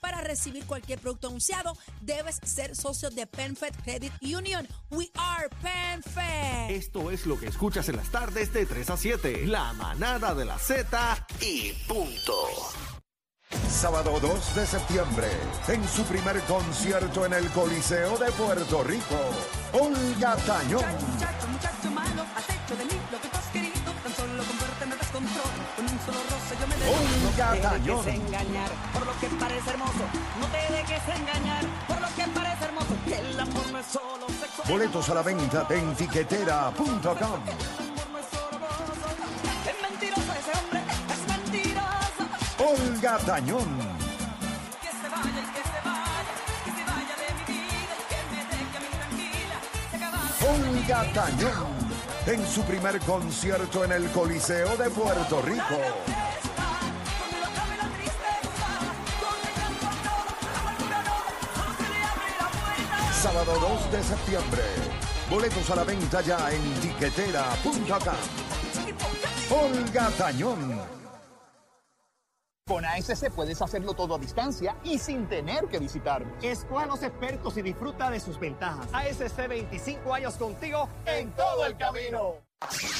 S3: Para recibir cualquier producto anunciado, debes ser socio de PenFed Credit Union. We are PenFed.
S1: Esto es lo que escuchas en las tardes de 3 a 7. La manada de la Z y punto.
S8: Sábado 2 de septiembre, en su primer concierto en el Coliseo de Puerto Rico, Olga Tañón.
S9: Muchacho, muchacho, muchacho malo, acecho de mí lo que tú has querido. Tan solo con fuerte me descontrolo, con un solo roce yo me descontrolo.
S8: Olga
S9: No
S8: Tañón,
S9: te dejes engañar por lo que parece hermoso. No te dejes engañar por lo que parece hermoso. Que el amor no es solo sexo.
S8: boletos a la venta en tiquetera.com.
S9: El amor no es solo gozo. Es mentiroso ese hombre, es mentiroso.
S8: Olga Tañón,
S9: Que se vaya, y que se vaya, que se vaya de mi vida y que me deje a mí tranquila. Se acabaron.
S8: Olga Tañón en su primer concierto en el Coliseo de Puerto Rico. Sábado 2 de septiembre. Boletos a la venta ya en tiquetera.com. Olga Tañón.
S10: Con ASC puedes hacerlo todo a distancia y sin tener que visitarnos.
S11: Escoge a los expertos y disfruta de sus ventajas.
S10: ASC 25 años contigo en todo el camino.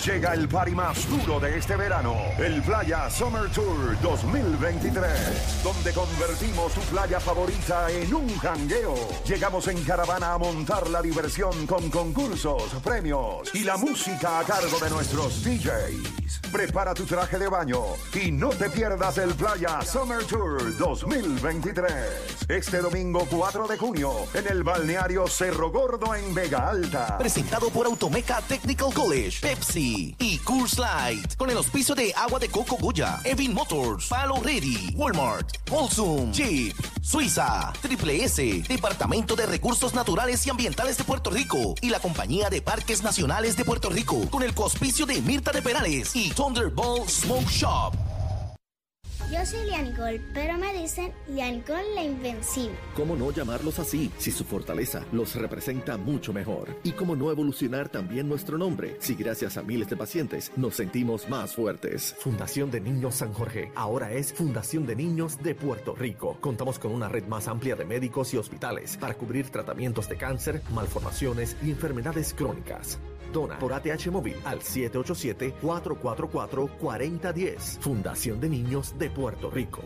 S8: Llega el party más duro de este verano, el Playa Summer Tour 2023, donde convertimos tu playa favorita en un jangueo. Llegamos en caravana a montar la diversión con concursos, premios y la música a cargo de nuestros DJs. Prepara tu traje de baño y no te pierdas el Playa Summer Tour 2023. Este domingo 4 de junio en el balneario Cerro Gordo en Vega Alta.
S12: Presentado por Automeca Technical College. Pepsi y Coors Light. Con el auspicio de Agua de Coco Goya, Evin Motors, Palo Ready, Walmart, Wholesome, Jeep, Suiza, Triple S, Departamento de Recursos Naturales y Ambientales de Puerto Rico y la Compañía de Parques Nacionales de Puerto Rico. Con el coauspicio de Mirta de Perales y Thunderbolt Smoke Shop.
S13: Yo soy Lianicol, pero me dicen Lianicol la Invencible.
S14: ¿Cómo no llamarlos así si su fortaleza los representa mucho mejor? ¿Y cómo no evolucionar también nuestro nombre si gracias a miles de pacientes nos sentimos más fuertes?
S15: Fundación de Niños San Jorge, ahora es Fundación de Niños de Puerto Rico. Contamos con una red más amplia de médicos y hospitales para cubrir tratamientos de cáncer, malformaciones y enfermedades crónicas. Dona por ATH móvil al 787-444-4010. Fundación de Niños de Puerto Rico.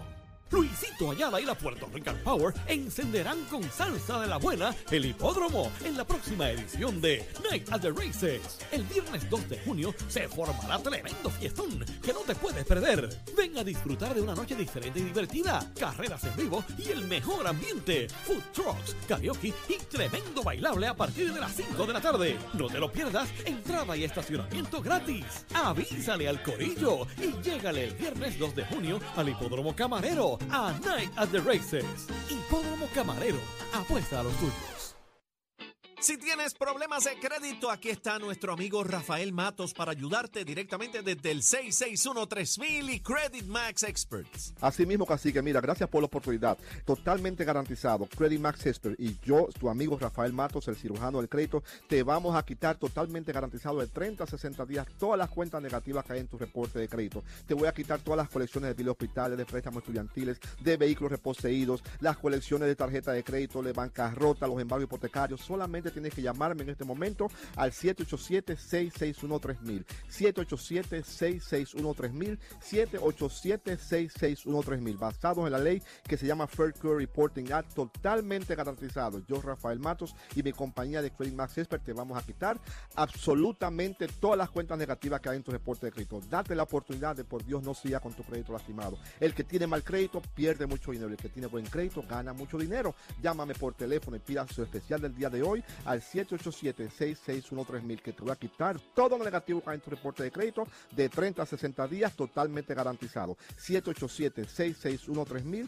S16: Luisito Ayala y la Puerto Rican Power encenderán con salsa de la buena el hipódromo en la próxima edición de Night at the Races. El viernes 2 de junio se formará tremendo fiestón que no te puedes perder. Ven a disfrutar de una noche diferente y divertida, carreras en vivo y el mejor ambiente, food trucks, karaoke y tremendo bailable a partir de las 5 de la tarde. No te lo pierdas, entrada y estacionamiento gratis. Avísale al corillo y llégale el viernes 2 de junio al hipódromo camarero a Night at the Races. Hipódromo Camarero, apuesta a los tuyos.
S2: Si tienes problemas de crédito, aquí está nuestro amigo Rafael Matos para ayudarte directamente desde el 661-3000 y Credit Max Experts.
S17: Así mismo, Cacique, mira, gracias por la oportunidad. Totalmente garantizado. Credit Max Expert y yo, tu amigo Rafael Matos, el cirujano del crédito, te vamos a quitar totalmente garantizado de 30 a 60 días todas las cuentas negativas que hay en tu reporte de crédito. Te voy a quitar todas las colecciones de biles hospitales, de préstamos estudiantiles, de vehículos reposeídos, las colecciones de tarjeta de crédito, de bancarrota, los embargos hipotecarios. Solamente tienes que llamarme en este momento al 787-661-3000. 787-661-3000. 787-661-3000. Basados en la ley que se llama Fair Credit Reporting Act, totalmente garantizado. Yo, Rafael Matos y mi compañía de Credit Max Expert te vamos a quitar absolutamente todas las cuentas negativas que hay en tu reporte de crédito. Date la oportunidad de, por Dios, no siga con tu crédito lastimado. El que tiene mal crédito pierde mucho dinero. El que tiene buen crédito gana mucho dinero. Llámame por teléfono y pida su especial del día de hoy al 787-661-3000 que te va a quitar todo lo negativo que hay en tu reporte de crédito de 30 a 60 días totalmente garantizado. 787-661-3000,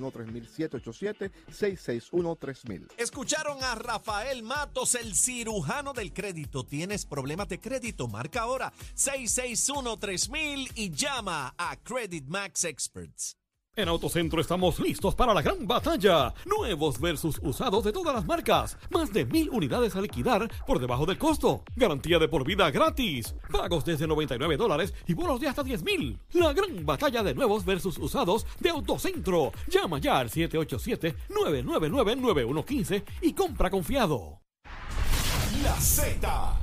S17: 787-661-3000, 787-661-3000.
S2: Escucharon a Rafael Matos, el cirujano del crédito. ¿Tienes problemas de crédito? Marca ahora 661-3000 y llama a Credit Max Experts.
S16: En Autocentro estamos listos para la gran batalla. Nuevos versus usados de todas las marcas. Más de mil unidades a liquidar por debajo del costo. Garantía de por vida gratis. Pagos desde 99 dólares y bonos de hasta 10 mil. La gran batalla de nuevos versus usados de Autocentro. Llama ya al 787-999-9115 y compra confiado.
S1: La Z.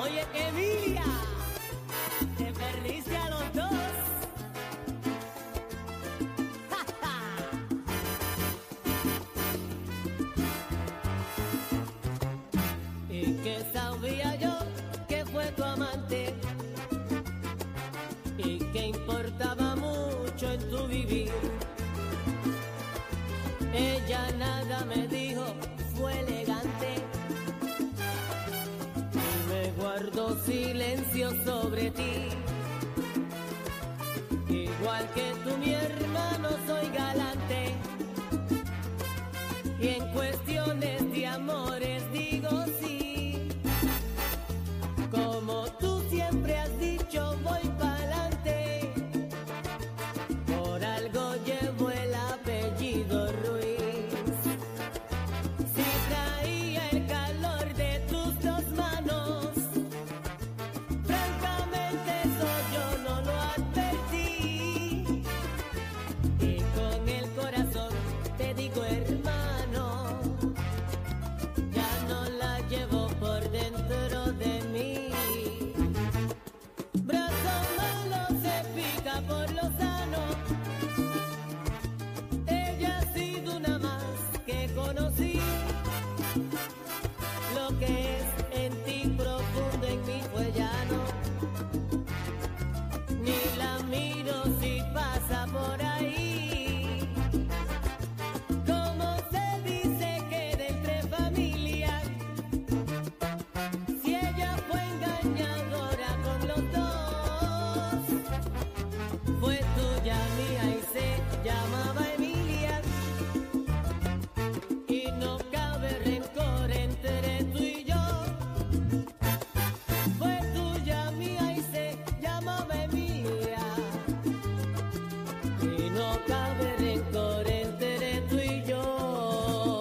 S9: Oye, Emilia, te perdiste a los dos. ¡Ja, ja! Y que sabía yo que fue tu amante y que importaba mucho en tu vivir. Ella nada me dijo, fue elegante y me
S18: silencio sobre ti. Igual que tú, mi hermano, soy galante. Y en cuestiones de amores digo sí. Como tú siempre has dicho, voy pa'lante. Por algo llevo el apellido Ruiz. Si traía el calor de tus dos manos, francamente eso yo no lo advertí. Y con el corazón te digo hermano, ya no la llevo por dentro de mí. Brazo malo se pica por lo sano. Ella ha sido una más que conocí. Lo que es en ti profundo en mí fue llano. Ni la miro si pasa por ahí. Como se dice que de entre familia, si ella fue engañadora con los dos, fue tuya mía y se llamaba Emilia. Y no cabe rencor entre tú y yo. Fue tuya mía y se llamaba Emilia. Y no cabe rencor entre tú y yo.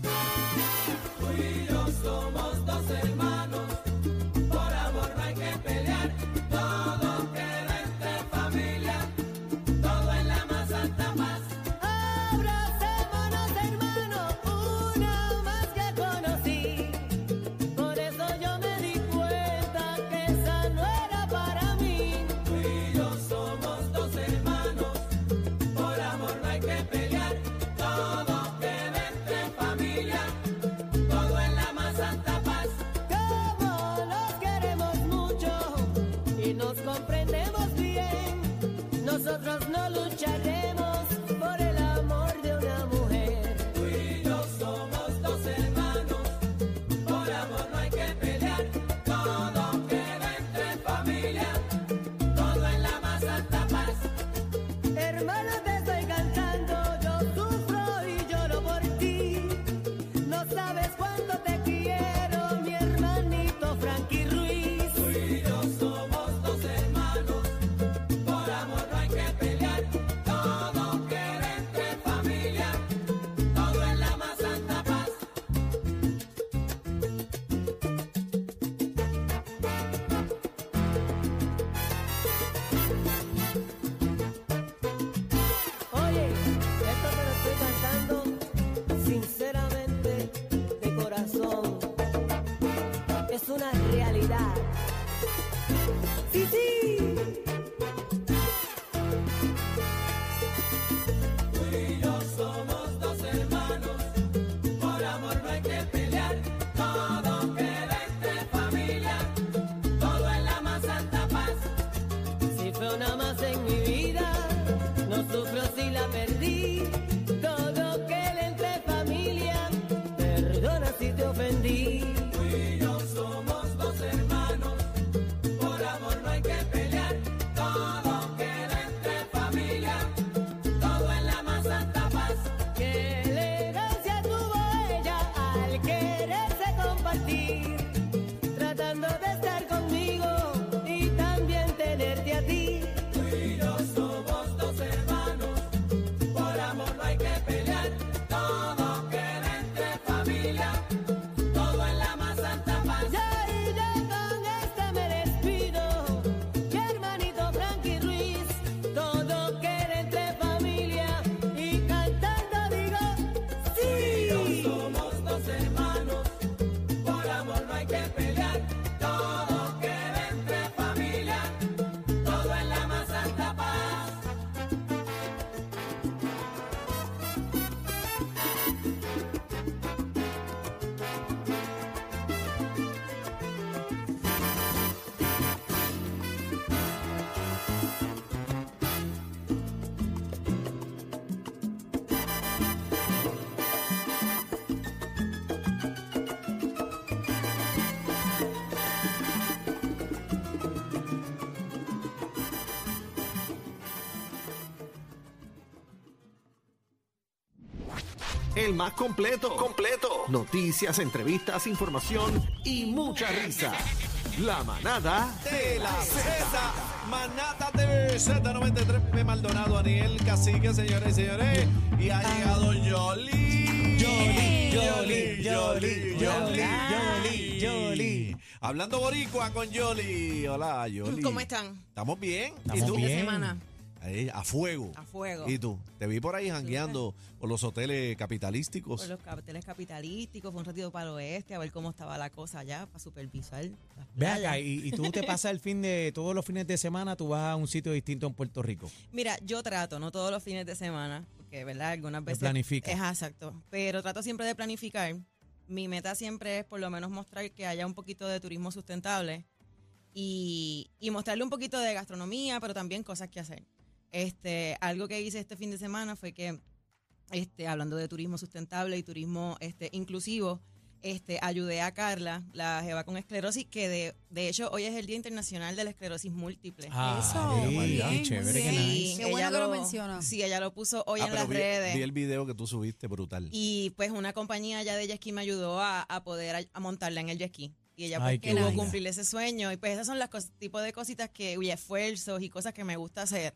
S19: Tú y yo somos dos hermanos, por amor no hay que pelear, todo queda entre familia, todo en la más alta paz.
S18: Abracémonos hermanos, una más que conocí. Por eso yo me di cuenta que esa no era para mí.
S19: Tú y yo somos dos hermanos, por amor no hay que pelear, todo queda entre familia, todo en la más alta paz.
S18: Como nos queremos mucho y nos comprendemos bien, nosotros no lucharemos por el amor de una mujer.
S19: Tú y yo somos dos hermanos, por amor no hay que pelear, todo queda entre familia, todo en la más alta paz.
S18: Hermanos, te estoy cantando, yo sufro y lloro por ti. No sabes cuánto te quiero, mi hermanito Frankie Ruiz.
S19: Tú y yo somos dos hermanos, por amor no hay que pelear, todo queda entre familia, todo en la más alta paz.
S18: Oye, esto te lo estoy cantando sinceramente de corazón. Es una realidad. Sí, sí.
S19: Tú y yo somos dos hermanos, por amor no hay que pelear, todo queda entre familia, todo en la más alta paz.
S18: Si fue una más en mi vida, no sufro si la perdí. Todo queda entre familia. este
S15: El más completo. Completo. Noticias, entrevistas, información y mucha risa. La manada
S2: de la Z. Manata TV Z93, Pepe Maldonado, Ariel Cacique, señores y señores. Y ha llegado Yoli. Yoli, Yoli, Yoli, Yoli, Yoli, Yoli. Hablando boricua con Yoli. Hola, Yoli.
S20: ¿Cómo están?
S2: ¿Estamos bien?
S20: Estamos
S2: ¿Y tú?
S20: bien. Fin de semana.
S2: Ahí, a fuego.
S20: A fuego.
S2: ¿Y tú? Te vi por ahí jangueando por los hoteles capitalísticos.
S20: Por los carteles capitalísticos, fue un ratito para el oeste a ver cómo estaba la cosa allá, para supervisar. las
S4: Ve
S20: playas.
S4: acá, y, y tú te pasas el fin de, todos los fines de semana, tú vas a un sitio distinto en Puerto Rico.
S20: Mira, yo trato, no todos los fines de semana, porque, ¿verdad? Algunas veces.
S4: planifica.
S20: Es exacto. Pero trato siempre de planificar. Mi meta siempre es por lo menos mostrar que haya un poquito de turismo sustentable y, y mostrarle un poquito de gastronomía, pero también cosas que hacer. Este, algo que hice este fin de semana fue que, este, hablando de turismo sustentable y turismo este, inclusivo, este, ayudé a Carla, la jeva con esclerosis, que de, de hecho hoy es el Día Internacional de la Esclerosis Múltiple.
S4: Ah,
S3: Eso,
S4: sí,
S3: muy bien,
S4: qué
S3: muy
S4: chévere, qué
S3: bien.
S4: nice.
S3: Qué bueno
S20: ella
S3: que lo menciona.
S20: Sí, ella lo puso hoy
S2: Ah,
S20: en
S2: pero
S20: las
S2: vi,
S20: redes.
S2: vi el video que tú subiste, brutal.
S20: Y pues una compañía ya de jet ski me ayudó a, a poder a, a montarla en el jet ski. Y ella
S4: Ay,
S20: pues,
S4: qué
S20: pudo
S4: buena.
S20: cumplir ese sueño. Y pues esas son las cos- tipo de cositas que, y esfuerzos y cosas que me gusta hacer.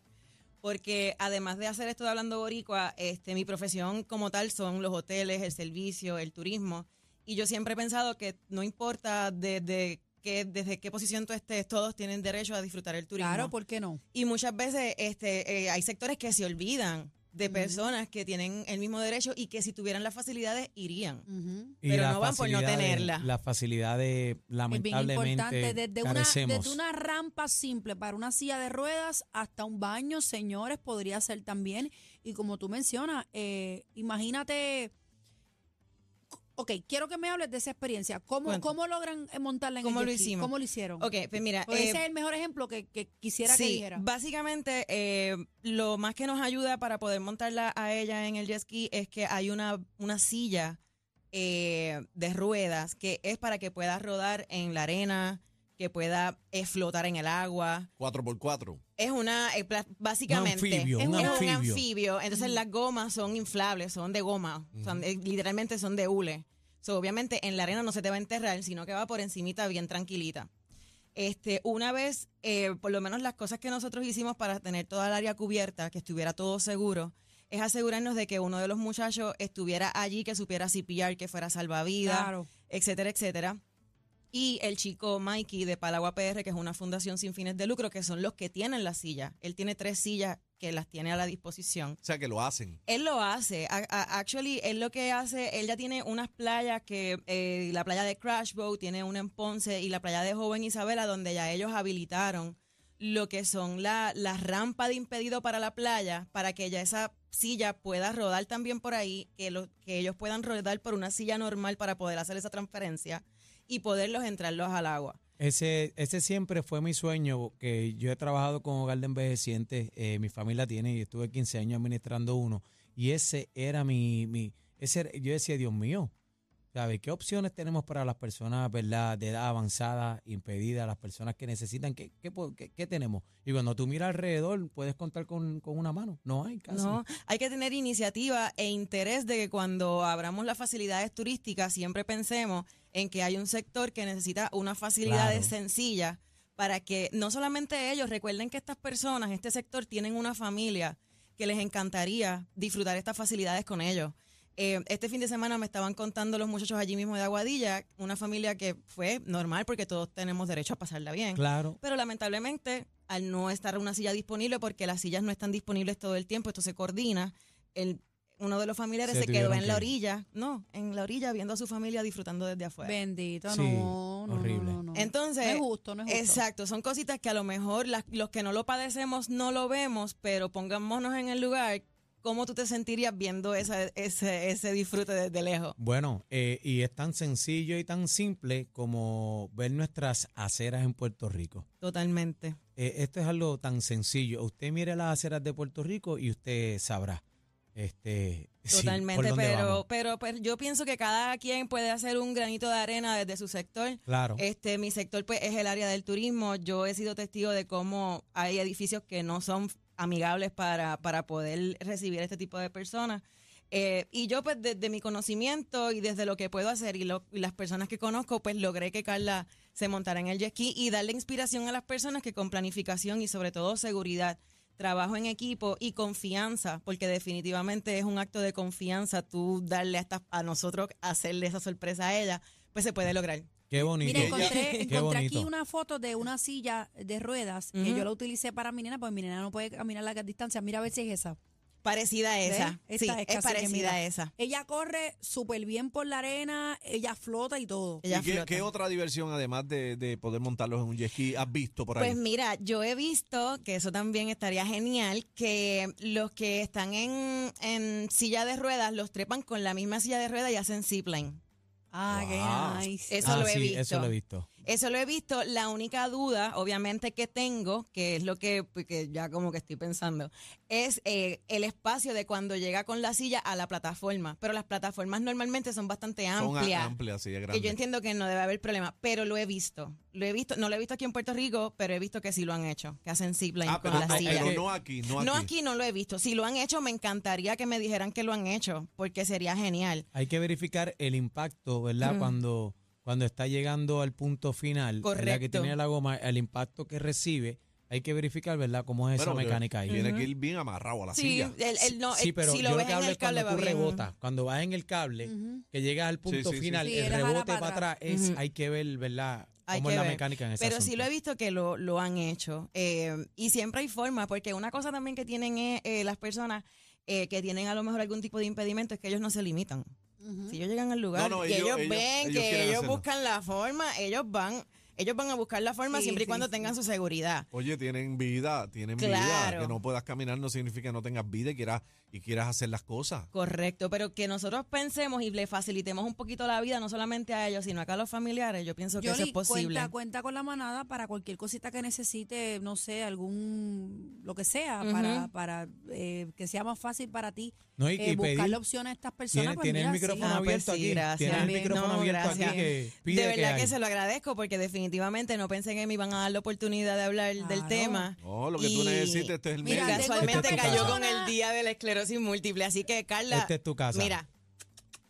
S20: Porque además de hacer esto de hablando boricua, este, mi profesión como tal son los hoteles, el servicio, el turismo. Y yo siempre he pensado que no importa desde qué, desde qué posición tú estés, todos tienen derecho a disfrutar el turismo.
S3: Claro, ¿por qué no?
S20: Y muchas veces este, eh, hay sectores que se olvidan de personas que tienen el mismo derecho y que si tuvieran las facilidades irían.
S4: Y
S20: Pero
S4: la
S20: no van por no
S4: facilidad de-
S20: tenerla.
S4: Las facilidades,
S3: Es bien importante,
S4: lamentablemente,
S3: desde una,
S4: carecemos.
S3: desde una rampa simple para una silla de ruedas hasta un baño, señores, podría ser también. Y como tú mencionas, eh, imagínate, ok, quiero que me hables de esa experiencia. ¿Cómo,
S20: Cuéntame.
S3: cómo logran eh, montarla en el
S20: ¿Cómo lo
S3: jet ski?
S20: hicimos?
S3: ¿Cómo lo hicieron?
S20: Ok, pues mira,
S3: Porque
S20: eh,
S3: ese es el mejor ejemplo que, que quisiera que
S20: sí,
S3: dijera.
S20: básicamente eh, lo más que nos ayuda para poder montarla a ella en el jet ski es que hay una, una silla eh, de ruedas que es para que pueda rodar en la arena, que pueda eh, flotar en el agua.
S2: 4x4.
S20: Es una, eh, pla- básicamente.
S2: Un anfibio,
S20: es
S2: un
S20: un
S2: anfibio.
S20: anfibio. Entonces
S3: Mm.
S20: las gomas son inflables, son de goma. son de- literalmente son de hule. So, obviamente en la arena no se te va a enterrar, sino que va por encimita bien tranquilita. Este, una vez, eh, por lo menos las cosas que nosotros hicimos para tener toda el área cubierta, que estuviera todo seguro, es asegurarnos de que uno de los muchachos estuviera allí, que supiera CPR, que fuera salvavidas,
S3: Claro.
S20: etcétera, etcétera. Y el chico Mikey de Palagua PR, que es una fundación sin fines de lucro, que son los que tienen la silla. Él tiene tres sillas que las tiene a la disposición.
S2: O sea que lo hacen.
S20: Él lo hace. A- a- actually, él lo que hace, él ya tiene unas playas que, eh, la playa de Crash Boat, tiene una en Ponce y la playa de Joven Isabela, donde ya ellos habilitaron lo que son la, la rampa de impedido para la playa, para que ya esa silla pueda rodar también por ahí, que, lo- que ellos puedan rodar por una silla normal para poder hacer esa transferencia y poderlos entrarlos al agua.
S4: Ese, ese siempre fue mi sueño, que yo he trabajado con hogar de envejecientes, eh, mi familia tiene y estuve 15 años administrando uno, y ese era mi, mi ese, era- yo decía, Dios mío, ¿sabes qué opciones tenemos para las personas, verdad, de edad avanzada, impedida, las personas que necesitan, qué, qué, po- qué- qué tenemos? Y cuando tú miras alrededor, puedes contar con, con una mano, no hay casi.
S20: No, hay que tener iniciativa e interés de que cuando abramos las facilidades turísticas siempre pensemos en que hay un sector que necesita unas facilidades
S21: Claro.
S20: sencillas para que no solamente ellos recuerden que estas personas, este sector tienen una familia que les encantaría disfrutar estas facilidades con ellos. Eh, este fin de semana me estaban contando los muchachos allí mismo de Aguadilla, una familia que fue normal porque todos tenemos derecho a pasarla bien.
S4: Claro.
S20: Pero lamentablemente, al no estar una silla disponible, porque las sillas no están disponibles todo el tiempo, esto se coordina, el, uno de los familiares
S4: Se
S20: se, quedó
S4: tuvieron
S20: en la
S4: que-
S20: orilla, no, en la orilla viendo a su familia disfrutando desde afuera.
S3: Bendito,
S4: Sí,
S3: no, no,
S4: horrible.
S3: no, no, no.
S20: Entonces,
S3: No es justo, no es justo.
S20: Exacto, son cositas que a lo mejor las- los que no lo padecemos no lo vemos, pero pongámonos en el lugar, ¿cómo tú te sentirías viendo esa- ese, ese disfrute desde lejos?
S4: Bueno, eh, y es tan sencillo y tan simple como ver nuestras aceras en Puerto Rico.
S20: Totalmente.
S4: Eh, esto es algo tan sencillo. Usted mire las aceras de Puerto Rico y usted sabrá. Este, sí, por
S20: Totalmente,
S4: dónde vamos.
S20: pero, pero pues, yo pienso que cada quien puede hacer un granito de arena desde su sector.
S4: Claro.
S20: Este, mi sector pues es el área del turismo. Yo he sido testigo de cómo hay edificios que no son amigables para, para poder recibir este tipo de personas. Eh, y yo, pues, desde mi conocimiento y desde lo que puedo hacer y, lo- y las personas que conozco, pues logré que Carla se montara en el jet ski y darle inspiración a las personas que con planificación y sobre todo seguridad, trabajo en equipo y confianza, porque definitivamente es un acto de confianza tú darle a, estas- a nosotros hacerle esa sorpresa a ella, pues se puede lograr.
S4: Qué bonito.
S3: Mira, encontré,
S4: Qué
S3: encontré aquí
S4: bonito.
S3: una foto de una silla de ruedas
S20: Ujú.
S3: que yo la utilicé para mi nena, pues mi nena no puede caminar largas distancias. Mira a ver si es esa.
S20: Parecida a esa.
S3: ¿Ves?
S20: Sí,
S3: Esta
S20: es
S3: casi que
S20: parecida
S3: mira.
S20: a esa.
S3: Ella corre súper bien por la arena, ella flota y todo.
S2: ¿Y qué, qué otra diversión, además de, de poder montarlos en un jet ski, has visto por ahí?
S20: Pues mira, yo he visto que eso también estaría genial, que los que están en, en silla de ruedas los trepan con la misma silla de ruedas y hacen zipline.
S3: Ah,
S20: Wow.
S3: qué nice.
S20: Eso
S4: Ah,
S20: lo he
S4: sí,
S20: visto.
S4: Eso lo he visto.
S20: Eso lo he visto. La única duda, obviamente, que tengo, que es lo que, pues, que ya como que estoy pensando, es eh, el espacio de cuando llega con la silla a la plataforma. Pero las plataformas normalmente son bastante
S2: Son a-
S20: amplias.
S2: amplias, sí, es
S20: Que
S2: grande.
S20: yo entiendo que no debe haber problema, pero lo he visto. Lo he visto, no lo he visto aquí en Puerto Rico, pero he visto que sí lo han hecho, que hacen zipline
S2: Ah,
S20: con
S2: pero,
S20: la
S2: no,
S20: silla.
S2: pero no aquí, no aquí.
S20: No aquí no lo he visto. Si lo han hecho, me encantaría que me dijeran que lo han hecho, porque sería genial.
S4: Hay que verificar el impacto, ¿verdad?
S20: Ujú.
S4: Cuando, cuando está llegando al punto final, ¿verdad? Que
S20: Correcto.
S4: tiene la goma, el impacto que recibe, hay que verificar, ¿verdad? Cómo es esa
S2: Bueno,
S4: mecánica ahí.
S2: Tiene que ir bien amarrado a la
S20: Sí,
S2: silla.
S20: el- el- no,
S4: Sí,
S20: el-
S4: pero
S20: si
S4: yo
S20: lo ves
S4: que
S20: en
S4: hablo
S20: el
S4: es cuando
S20: cable va
S4: tú
S20: bien.
S4: rebotas, cuando vas en el cable, que llegas al punto
S2: sí, sí.
S4: final,
S20: Sí,
S4: el
S20: él jala
S4: rebote
S20: para
S4: para atrás,
S20: atrás.
S4: es,
S20: Ujú.
S4: hay que ver, ¿verdad?
S20: Hay
S4: Cómo
S20: que
S4: es la
S20: ver.
S4: mecánica en ese
S20: Pero sí
S4: asunto.
S20: lo he visto que lo, lo han hecho. Eh, y siempre hay forma, porque una cosa también que tienen eh, eh, las personas eh, que tienen a lo mejor algún tipo de impedimento es que ellos no se limitan. Si ellos llegan al lugar
S2: No, no,
S20: y ellos,
S2: ellos- ellos-
S20: ven
S2: ellos
S20: que
S2: quieren
S20: ellos
S2: hacerlo.
S20: buscan la forma, ellos van, ellos van a buscar la forma
S3: Sí,
S20: siempre y
S3: sí,
S20: cuando
S3: sí.
S20: tengan su seguridad.
S2: Oye, tienen vida, tienen vida.
S20: Claro.
S2: Que no puedas caminar no significa que no tengas vida y quieras, y quieras hacer las cosas.
S20: Correcto, pero que nosotros pensemos y le facilitemos un poquito la vida, no solamente a ellos, sino acá a los familiares, yo pienso que eso
S3: Yoli,
S20: es posible.
S3: Cuenta, cuenta con la manada para cualquier cosita que necesite, no sé, algún, lo que sea,
S20: Ujú.
S3: para, para eh, que sea más fácil para ti
S4: No, y-
S3: eh,
S4: y pedir-
S3: buscarle opciones a estas personas.
S4: tiene-
S3: pues
S4: tiene el
S3: mira,
S4: micrófono
S3: sí.
S4: abierto.
S20: Pues sí,
S4: aquí,
S20: gracias.
S4: tiene el micrófono abierto aquí que Eh, pide
S20: de verdad
S4: que
S20: que,
S4: hay.
S20: se lo agradezco porque definitivamente no pensé que me iban a dar la oportunidad de hablar del tema.
S2: No, lo que tú
S20: Y-
S2: necesites, este es el
S20: Mira,
S2: medio.
S20: casualmente
S4: Este es tu
S20: cayó
S4: casa.
S20: con el día de la esclerosis múltiple, así que Carla,
S4: Este es tu casa.
S20: mira,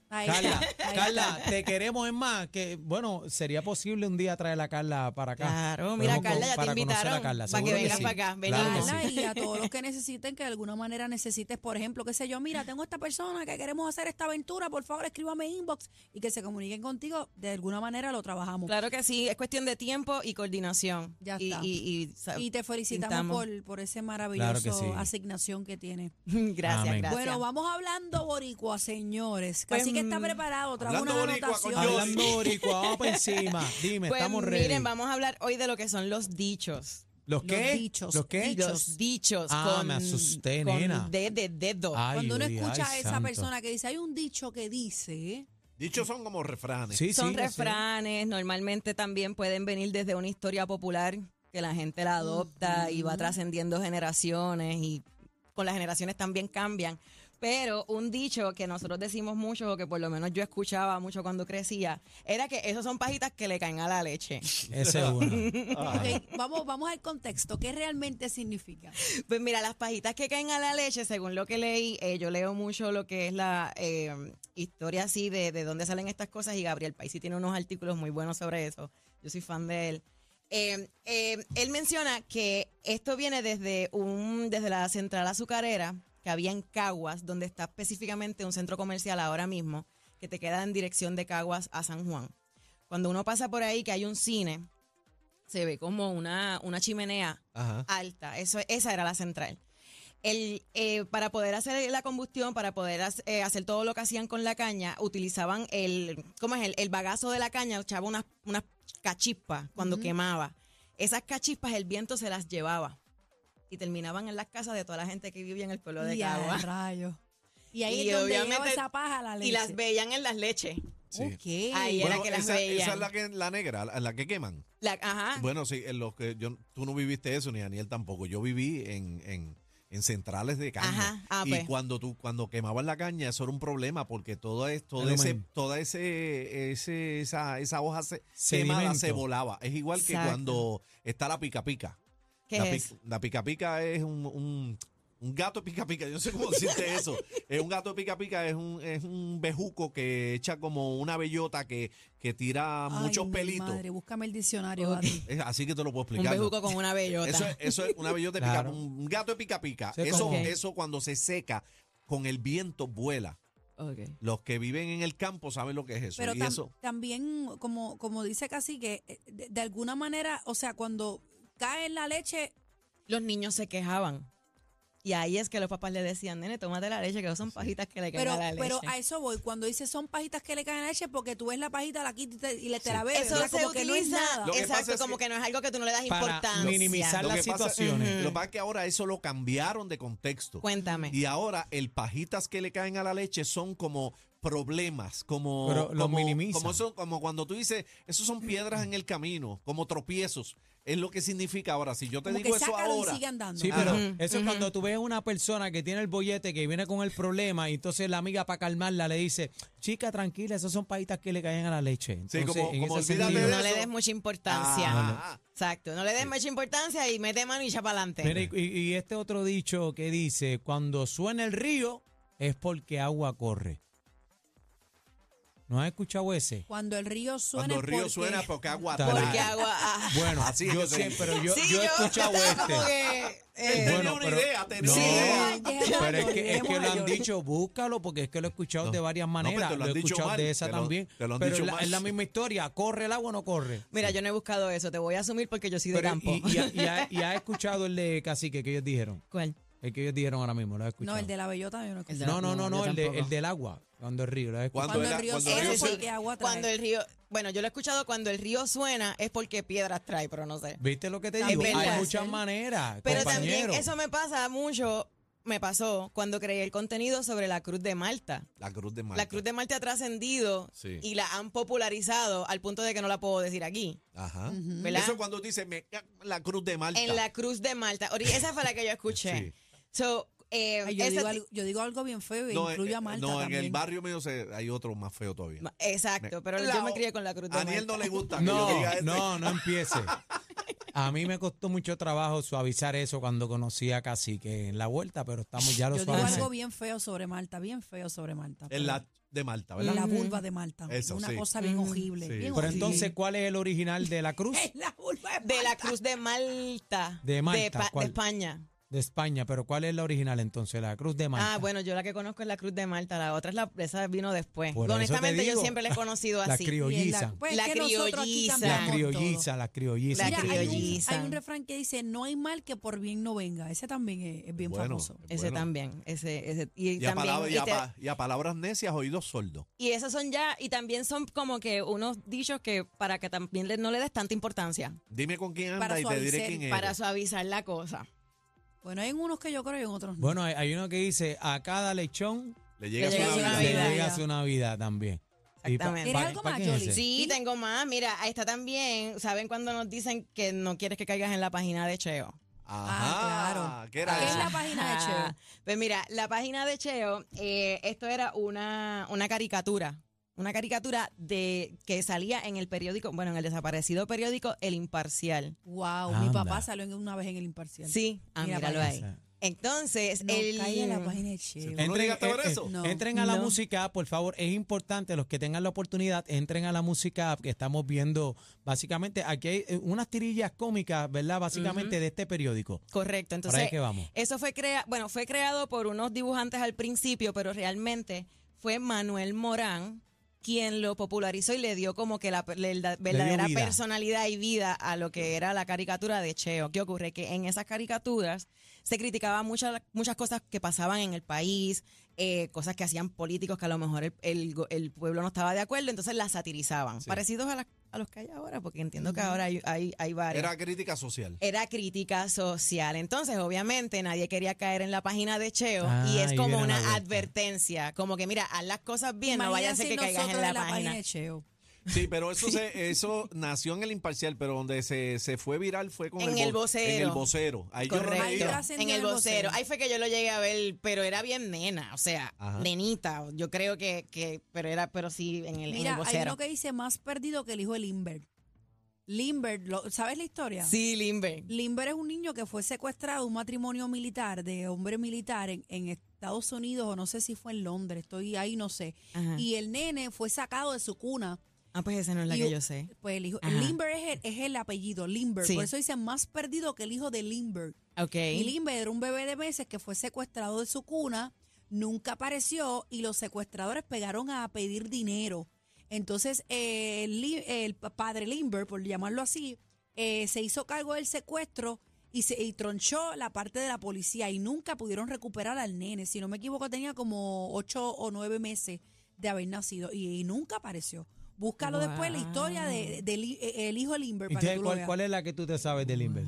S3: Ahí está,
S4: Carla,
S3: ahí está.
S4: Carla, te queremos, es más, que bueno, sería posible un día traer a Carla para acá.
S20: Claro, mira,
S4: Podemos con-
S20: Carla, ya te
S4: para conocer
S20: invitaron
S4: a Carla,
S20: para que
S4: seguro
S20: vengas
S4: sí.
S20: para acá. Ven,
S4: Claro que
S3: Carla,
S4: sí.
S3: y a todos los que necesiten que de alguna manera necesites, por ejemplo, qué sé yo, mira, tengo esta persona que queremos hacer esta aventura, por favor, escríbame inbox y que se comuniquen contigo, de alguna manera lo trabajamos.
S20: claro que sí, es cuestión de tiempo y coordinación.
S3: Ya
S20: Y-
S3: está.
S20: Y, y- sa-
S3: Y te felicitamos
S20: pintamos.
S3: por, por ese maravilloso
S4: sí.
S3: asignación que tiene.
S20: gracias,
S4: Amén.
S20: gracias.
S3: Bueno, vamos hablando boricua, señores.
S20: Pues,
S3: Casi que está
S20: mm,
S3: preparado, trajo
S2: hablando
S3: una
S2: boricua con
S3: anotación.
S2: Yoli.
S4: Hablando boricua, vamos por encima. Dime,
S20: Pues
S4: estamos ready.
S20: miren, vamos a hablar hoy de lo que son los dichos.
S4: ¿Los qué?
S3: Los dichos.
S4: ¿Los qué?
S20: Los dichos.
S4: Ah,
S20: con,
S4: me asusté,
S20: con
S4: nena.
S20: D de dedo.
S4: Ay,
S3: Cuando uno
S4: Yoli,
S3: escucha
S4: ay,
S3: a esa
S4: santo.
S3: persona que dice, hay un dicho que dice,
S2: Dichos son como refranes.
S4: Sí,
S20: Son
S4: sí, yo sé.
S20: refranes, normalmente también pueden venir desde una historia popular que la gente la adopta y va trascendiendo generaciones y con las generaciones también cambian. Pero un dicho que nosotros decimos mucho, o que por lo menos yo escuchaba mucho cuando crecía, era que esos son pajitas que le caen a la leche.
S4: Ese es uno.
S3: ok, vamos, vamos al contexto, ¿qué realmente significa?
S20: Pues mira, las pajitas que caen a la leche, según lo que leí, eh, yo leo mucho lo que es la eh, historia así de, de dónde salen estas cosas y Gabriel Paisi tiene unos artículos muy buenos sobre eso. Yo soy fan de él. Eh, eh, él menciona que esto viene desde, un, desde la central azucarera que había en Caguas, donde está específicamente un centro comercial ahora mismo, que te queda en dirección de Caguas a San Juan. Cuando uno pasa por ahí, que hay un cine, se ve como una, una chimenea
S2: Ajá.
S20: alta. Eso, esa era la central. El, eh, para poder hacer la combustión, para poder hac- eh, hacer todo lo que hacían con la caña, utilizaban el, ¿cómo es? El, el bagazo de la caña, echaba unas, unas cachispas cuando quemaba. Esas cachispas el viento se las llevaba y terminaban en las casas de toda la gente que vivía en el pueblo de
S3: Y a
S20: Cagua.
S3: rayos. Y ahí
S20: Y
S3: es donde llegaba
S20: obviamente-
S3: esa paja a la leche.
S20: Y las veían en las leches.
S2: Sí.
S3: Ok.
S20: Ahí era
S2: Bueno,
S20: que las
S2: esa,
S20: veían.
S2: esa es la, que, la negra, la, la que queman.
S20: La- ajá.
S2: Bueno, sí, en los que yo, tú no viviste eso, ni Daniel tampoco. Yo viví en, en, en centrales de caña.
S20: Ajá, ah,
S2: y
S20: pues.
S2: cuando tú cuando quemaban la caña, eso era un problema porque todo, es, todo
S4: El
S2: ese,
S4: humen.
S2: toda ese, ese, esa, esa hoja se,
S4: Sedimento.
S2: quemada se volaba. Es igual que
S20: Exacto.
S2: cuando está la pica pica.
S20: ¿Qué
S2: la,
S20: es
S2: pic- la pica pica es un, un- Un gato pica pica, yo no sé cómo decirte eso. Es un gato pica pica es un, es un bejuco que echa como una bellota que, que tira
S3: Ay,
S2: muchos
S3: mi
S2: pelitos.
S3: Madre, búscame el diccionario. Adri.
S2: Es- Así que te lo puedo explicar. ¿no?
S20: bejuco con una bellota.
S2: Eso es, eso es una bellota de pica-
S4: Claro.
S2: un gato de pica pica.
S4: Sé
S2: Eso,
S4: cómo.
S2: eso cuando se seca con el viento vuela. Los que viven en el campo saben lo que es eso.
S3: Pero
S2: y
S3: tam-
S2: eso.
S3: también, como, como dice casi que eh, de, de alguna manera, o sea, cuando cae en la leche,
S20: Los niños se quejaban. Y ahí es que los papás le decían, nene, tómate la leche, que no son pajitas que le caen
S3: pero,
S20: a la leche.
S3: pero a eso voy. Cuando dice son pajitas que le caen a la leche, porque tú ves la pajita, la quitas y te, y le te la bebes.
S20: Eso
S3: o sea,
S20: se
S3: como que no es
S20: utiliza,
S3: nada.
S2: Lo que pasa
S20: exacto,
S2: es
S20: como
S2: que-
S20: que no es algo que tú no le das
S4: Para
S20: importancia.
S4: minimizar
S2: Lo
S4: las
S2: que pasa-
S4: situaciones.
S2: Ujú. Lo que pasa es que ahora eso lo cambiaron de contexto.
S20: Cuéntame.
S2: Y ahora el pajitas que le caen a la leche son como problemas, como
S4: Pero lo
S2: como,
S4: minimizan.
S2: como, eso- como cuando tú dices, esos son piedras en el camino, como tropiezos. Es lo que significa ahora. Si yo te
S3: Como
S2: digo
S3: que
S2: eso
S3: sácalo y
S2: ahora.
S3: sigue andando.
S4: Sí, pero
S2: Ajá.
S4: eso es
S20: Ah, ujú.
S4: cuando tú ves una persona que tiene el bollete, que viene con el problema, y entonces la amiga para calmarla le dice, chica, tranquila, esas son pajitas que le caen a la leche.
S2: Sí,
S4: Entonces,
S2: como-
S4: en
S2: como
S4: ese
S2: olvídate
S4: sentido-
S2: de
S20: No le
S2: eso.
S20: des mucha importancia.
S2: Ah.
S20: Exacto, no le des mucha importancia y mete mano y echa para
S4: Mira,
S20: adelante.
S4: y, y este otro dicho que dice, cuando suena el río es porque agua corre. ¿No has escuchado ese?
S3: Cuando el río suena.
S2: Cuando el río
S3: porque-
S2: suena porque agua
S4: Tal-
S2: trae.
S4: Porque
S20: agua- ah.
S4: Bueno,
S2: Así es
S4: yo
S2: que se
S4: sé,
S2: dice.
S4: pero yo,
S20: Sí,
S4: yo
S20: yo-
S4: he escuchado
S20: Como
S4: este.
S20: que,
S2: Él
S20: eh,
S2: tenía una idea, tenía
S4: no,
S2: una idea.
S4: pero es que, es que lo han
S3: Mayor.
S4: dicho, búscalo, porque es que lo he escuchado de varias
S2: pero
S4: maneras.
S2: te
S4: lo,
S2: lo han
S4: he
S2: dicho
S4: escuchado
S2: mal,
S4: de esa
S2: te lo-
S4: también.
S2: te lo han
S4: pero
S2: dicho
S4: es la-
S2: mal.
S4: es la misma historia, ¿corre el agua o no corre?
S20: Mira, yo no he buscado eso, te voy a asumir porque yo soy de
S4: Pero,
S20: campo.
S4: Y, y ha- y ha- y ha escuchado el de Cacique que ellos dijeron.
S20: ¿Cuál?
S4: El que ellos dijeron ahora mismo, lo has
S3: No,
S4: escuchado.
S3: el de la bellota yo no escuché.
S4: no, no, no, no,
S20: yo
S4: el, de-
S20: tampoco.
S4: el del agua, cuando el río. lo has escuchado.
S3: Cuando el río
S2: cuando el
S3: suena
S2: río suena-
S3: porque agua trae.
S20: Cuando el río, bueno, yo lo he escuchado cuando el río suena es porque piedras trae, pero no sé.
S4: ¿Viste lo que te
S3: Es
S4: digo?
S20: verdad.
S4: Hay muchas maneras,
S20: Pero
S4: compañero.
S20: también eso me pasa mucho, me pasó cuando creé el contenido sobre la Cruz de Malta.
S2: La cruz de Malta.
S20: La Cruz de Malta ha trascendido
S2: Sí.
S20: y la han popularizado al punto de que no la puedo decir aquí,
S2: Ajá.
S20: ¿verdad?
S2: Eso cuando dice me ca- la cruz de Malta.
S20: En la Cruz de Malta. Ori- Esa fue la que yo escuché. So, eh,
S3: Ay, yo,
S20: esa-
S3: digo algo, yo digo algo bien feo,
S2: No,
S3: incluye a
S2: eh,
S3: Marta
S2: no,
S3: también.
S2: en el barrio mío se- hay otro más feo todavía.
S20: Ma- eh, Exacto, pero
S2: La-
S20: yo me crié con la Cruz de
S2: A Daniel
S20: Malta.
S2: no le gusta que
S4: No,
S2: yo diga eso.
S4: no, no empiece. A mí me costó mucho trabajo suavizar eso cuando conocí a Cacique en la vuelta, pero estamos ya
S3: Yo
S4: lo
S3: digo
S4: suavizamos.
S3: algo bien feo sobre Malta, bien feo sobre Malta.
S2: En la de Malta,
S3: En
S2: ¿verdad?
S3: la vulva de Malta.
S2: Eso,
S3: una
S2: sí.
S3: cosa bien horrible.
S2: Sí.
S3: bien
S4: Mm. Pero
S3: horrible.
S4: entonces, ¿cuál es el original de la cruz?
S3: En la vulva de
S20: De la
S3: Malta.
S20: Cruz de Malta.
S4: De Malta,
S20: pa- De,
S4: ¿cuál?
S20: España.
S4: De España, pero ¿cuál es la original entonces? La cruz de Malta.
S20: Ah, bueno, yo la que conozco es la Cruz de Malta, la otra es la, esa vino después.
S4: Por eso te
S20: Honestamente, yo
S4: digo,
S20: siempre la he conocido
S4: la
S20: así.
S4: criolliza.
S3: Y en la- pues es
S20: La
S3: que nosotros aquí
S20: criolliza.
S4: La
S3: cambiamos todo.
S4: criolliza, la criolliza.
S3: Mira,
S20: La
S3: hay un-
S20: criolliza.
S3: Hay, un, refrán que dice, no hay mal que por bien no venga. Ese también es, es bien
S2: Bueno,
S3: famoso.
S2: es
S20: Ese
S2: bueno.
S20: también, ese, ese. Y,
S2: Y
S20: también,
S2: a, palabra- y
S20: y
S2: a
S20: te-
S2: pa- y a palabras necias, oídos sordos.
S20: y esos son ya, y también son como que unos dichos que para que también le- no le des tanta importancia,
S2: Dime con quién
S3: Para
S2: anda y te diré
S3: suavizar,
S2: quién es.
S20: para suavizar la cosa.
S3: Bueno, hay en unos que yo creo y en otros no.
S4: Bueno, hay, hay uno que dice, a cada lechón
S2: Le llega
S20: le
S2: su
S20: llega su
S2: Navidad.
S4: le
S20: Navidad.
S4: llega su Navidad también. Y pa-
S20: Exactamente.
S4: pa-
S3: ¿Tiene algo
S4: pa-
S3: más,
S4: ¿quién es
S3: Yoli?
S4: ese?
S20: Sí, tengo más. Mira, ahí está también. ¿Saben cuando nos dicen que no quieres que caigas en la página de Cheo?
S4: Ah,
S2: Ajá.
S3: Ah, claro.
S2: ¿Qué era
S3: ¿Qué es
S2: eso?
S3: la página de Cheo?
S20: Ajá. Pues mira, la página de Cheo, eh, esto era una, una caricatura. Una caricatura de que salía en el periódico, bueno, en el desaparecido periódico El Imparcial.
S3: Wow, mi
S4: Anda.
S3: papá salió en- una vez en el imparcial.
S20: Sí, ah,
S3: Mira
S20: míralo
S3: para
S20: ahí.
S4: allá.
S20: Entonces,
S3: No,
S20: el.
S3: caí en la página de Cheo.
S2: ¿Tú no
S4: Entren,
S2: llegaste a ver
S4: eh,
S2: eso?
S4: eh,
S3: No.
S4: entren a la
S20: No.
S4: música, por favor. Es importante, los que tengan la oportunidad, entren a la música que estamos viendo. Básicamente, aquí hay eh, unas tirillas cómicas, ¿verdad? Básicamente de este periódico.
S20: Correcto.
S4: Por ahí
S20: Entonces,
S4: que vamos.
S20: Eso fue crea bueno, fue creado por unos dibujantes al principio, pero realmente fue Manuel Morán quien lo popularizó y le dio como que la, pe- le- la verdadera
S4: vida.
S20: personalidad y vida a lo que era la caricatura de Cheo. ¿Qué ocurre? Que en esas caricaturas se criticaban muchas, muchas cosas que pasaban en el país, eh, cosas que hacían políticos que a lo mejor el, el go- el pueblo no estaba de acuerdo, entonces las satirizaban.
S2: Sí.
S20: Parecidos a, las- a los que hay ahora, porque entiendo que ahora hay, hay, hay varios
S2: Era crítica social.
S20: era crítica social. Entonces, obviamente, nadie quería caer en la página de Cheo
S4: Ah,
S20: y es
S4: ahí
S20: como
S4: viene la
S20: una
S4: vuelta.
S20: advertencia, como que mira, haz las cosas bien, no vaya a ser
S3: Imagínense
S20: que caigas en
S3: nosotros
S20: la, página.
S3: de Cheo.
S2: Sí, pero eso se, eso nació en el imparcial, pero donde se, se fue viral fue con
S20: En
S2: el,
S20: el
S2: vo-
S20: vocero.
S2: En el vocero. Ahí yo no
S20: Correcto.
S2: leía.
S3: Ahí trascendió
S20: En el
S3: el vocero.
S20: vocero. Ahí fue que yo lo llegué a ver, pero era bien nena, o sea,
S2: Ajá.
S20: nenita. Yo creo que, que pero era, pero sí, en el, en el
S3: Mira, hay
S20: vocero.
S3: uno que dice más perdido que el hijo de Limber. Limber, lo- ¿sabes la historia?
S20: Sí, Limber.
S3: Limber es un niño que fue secuestrado de un matrimonio militar, de hombre militar en, en Estados Unidos, o no sé si fue en Londres, estoy ahí, no sé.
S20: Ajá.
S3: Y el nene fue sacado de su cuna.
S20: Ah, pues esa no es la
S3: Y
S20: que
S3: u-
S20: yo sé.
S3: Pues el hijo,
S20: Ajá.
S3: Limber es el, es el apellido, Limber.
S20: Sí.
S3: Por eso dicen más perdido que el hijo de Limber.
S20: Ok.
S3: Y Limber era un bebé de meses que fue secuestrado de su cuna, nunca apareció y los secuestradores pegaron a pedir dinero. Entonces, eh, el, Li- el pa- padre Limber, por llamarlo así, eh, se hizo cargo del secuestro y, se, y tronchó la parte de la policía y nunca pudieron recuperar al nene. Si no me equivoco, tenía como ocho o nueve meses de haber nacido y, y nunca apareció. Búscalo después la historia de, de Li- eh, el hijo Limber para que
S4: Entonces,
S3: tú lo
S4: ¿cuál,
S3: veas.
S4: cuál es la que tú te sabes de Limber?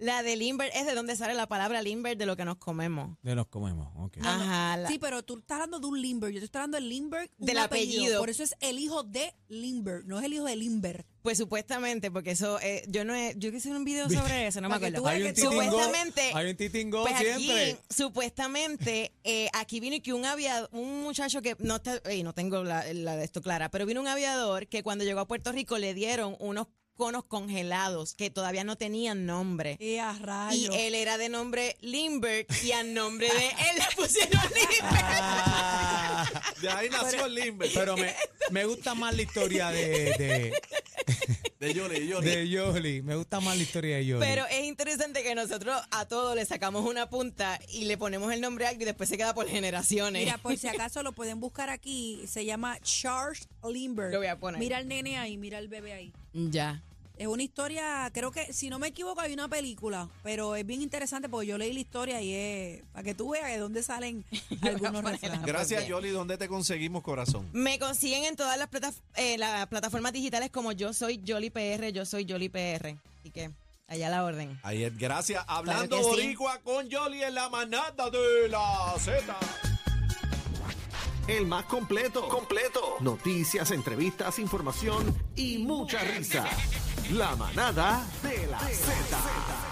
S20: La de Limber es de donde sale la palabra Limber de lo que nos comemos.
S4: De los comemos, ok.
S3: No, no.
S20: Ajá, la-
S3: Sí, pero tú estás hablando de un Limber. Yo te estoy hablando del Limber. un
S20: Del apellido.
S3: Por eso es el hijo de Limber, no es el hijo de Limber.
S20: Pues supuestamente, porque eso, eh, yo no he, yo hice un video sobre eso, no me
S3: Para que
S20: acuerdo.
S3: tú veas Hay que un tú- titingo,
S20: supuestamente,
S4: Hay un titingo
S20: pues aquí,
S4: siempre.
S20: supuestamente, eh, aquí vino y que un aviador, un muchacho que, no está, ey, no tengo la, la de esto clara, pero vino un aviador que cuando llegó a Puerto Rico le dieron unos conos congelados que todavía no tenían nombre.
S3: Y a
S20: Y
S3: rayos.
S20: él era de nombre Lindbergh y a nombre de él le pusieron Lindbergh.
S2: De ahí nació el Limber.
S4: Pero me, me gusta más la historia de, de,
S2: De Yoli, de Yoli.
S4: de Yoli. Me gusta más la historia de Yoli.
S20: Pero es interesante que nosotros a todos le sacamos una punta y le ponemos el nombre a algo y después se queda por generaciones.
S3: Mira, por si acaso lo pueden buscar aquí. Se llama Charles Limber.
S20: Lo voy a poner.
S3: Mira al nene ahí, mira al bebé ahí.
S20: Ya.
S3: Es una historia, creo que, si no me equivoco, hay una película, pero es bien interesante porque yo leí la historia y es para que tú veas de dónde salen algunos
S20: Ah, pues
S3: refranes.
S2: Gracias, Yoli. ¿Dónde te conseguimos, corazón?
S20: Me consiguen en todas las, plata- eh, las plataformas digitales como yo soy Jolly PR, yo soy Jolly PR. Así que allá la orden.
S2: Ahí es, gracias. Hablando
S20: que sí.
S2: boricua con Yoli en la manada de la Z.
S15: El más completo. Completo. Noticias, entrevistas, información y mucha risa. La manada de la Z.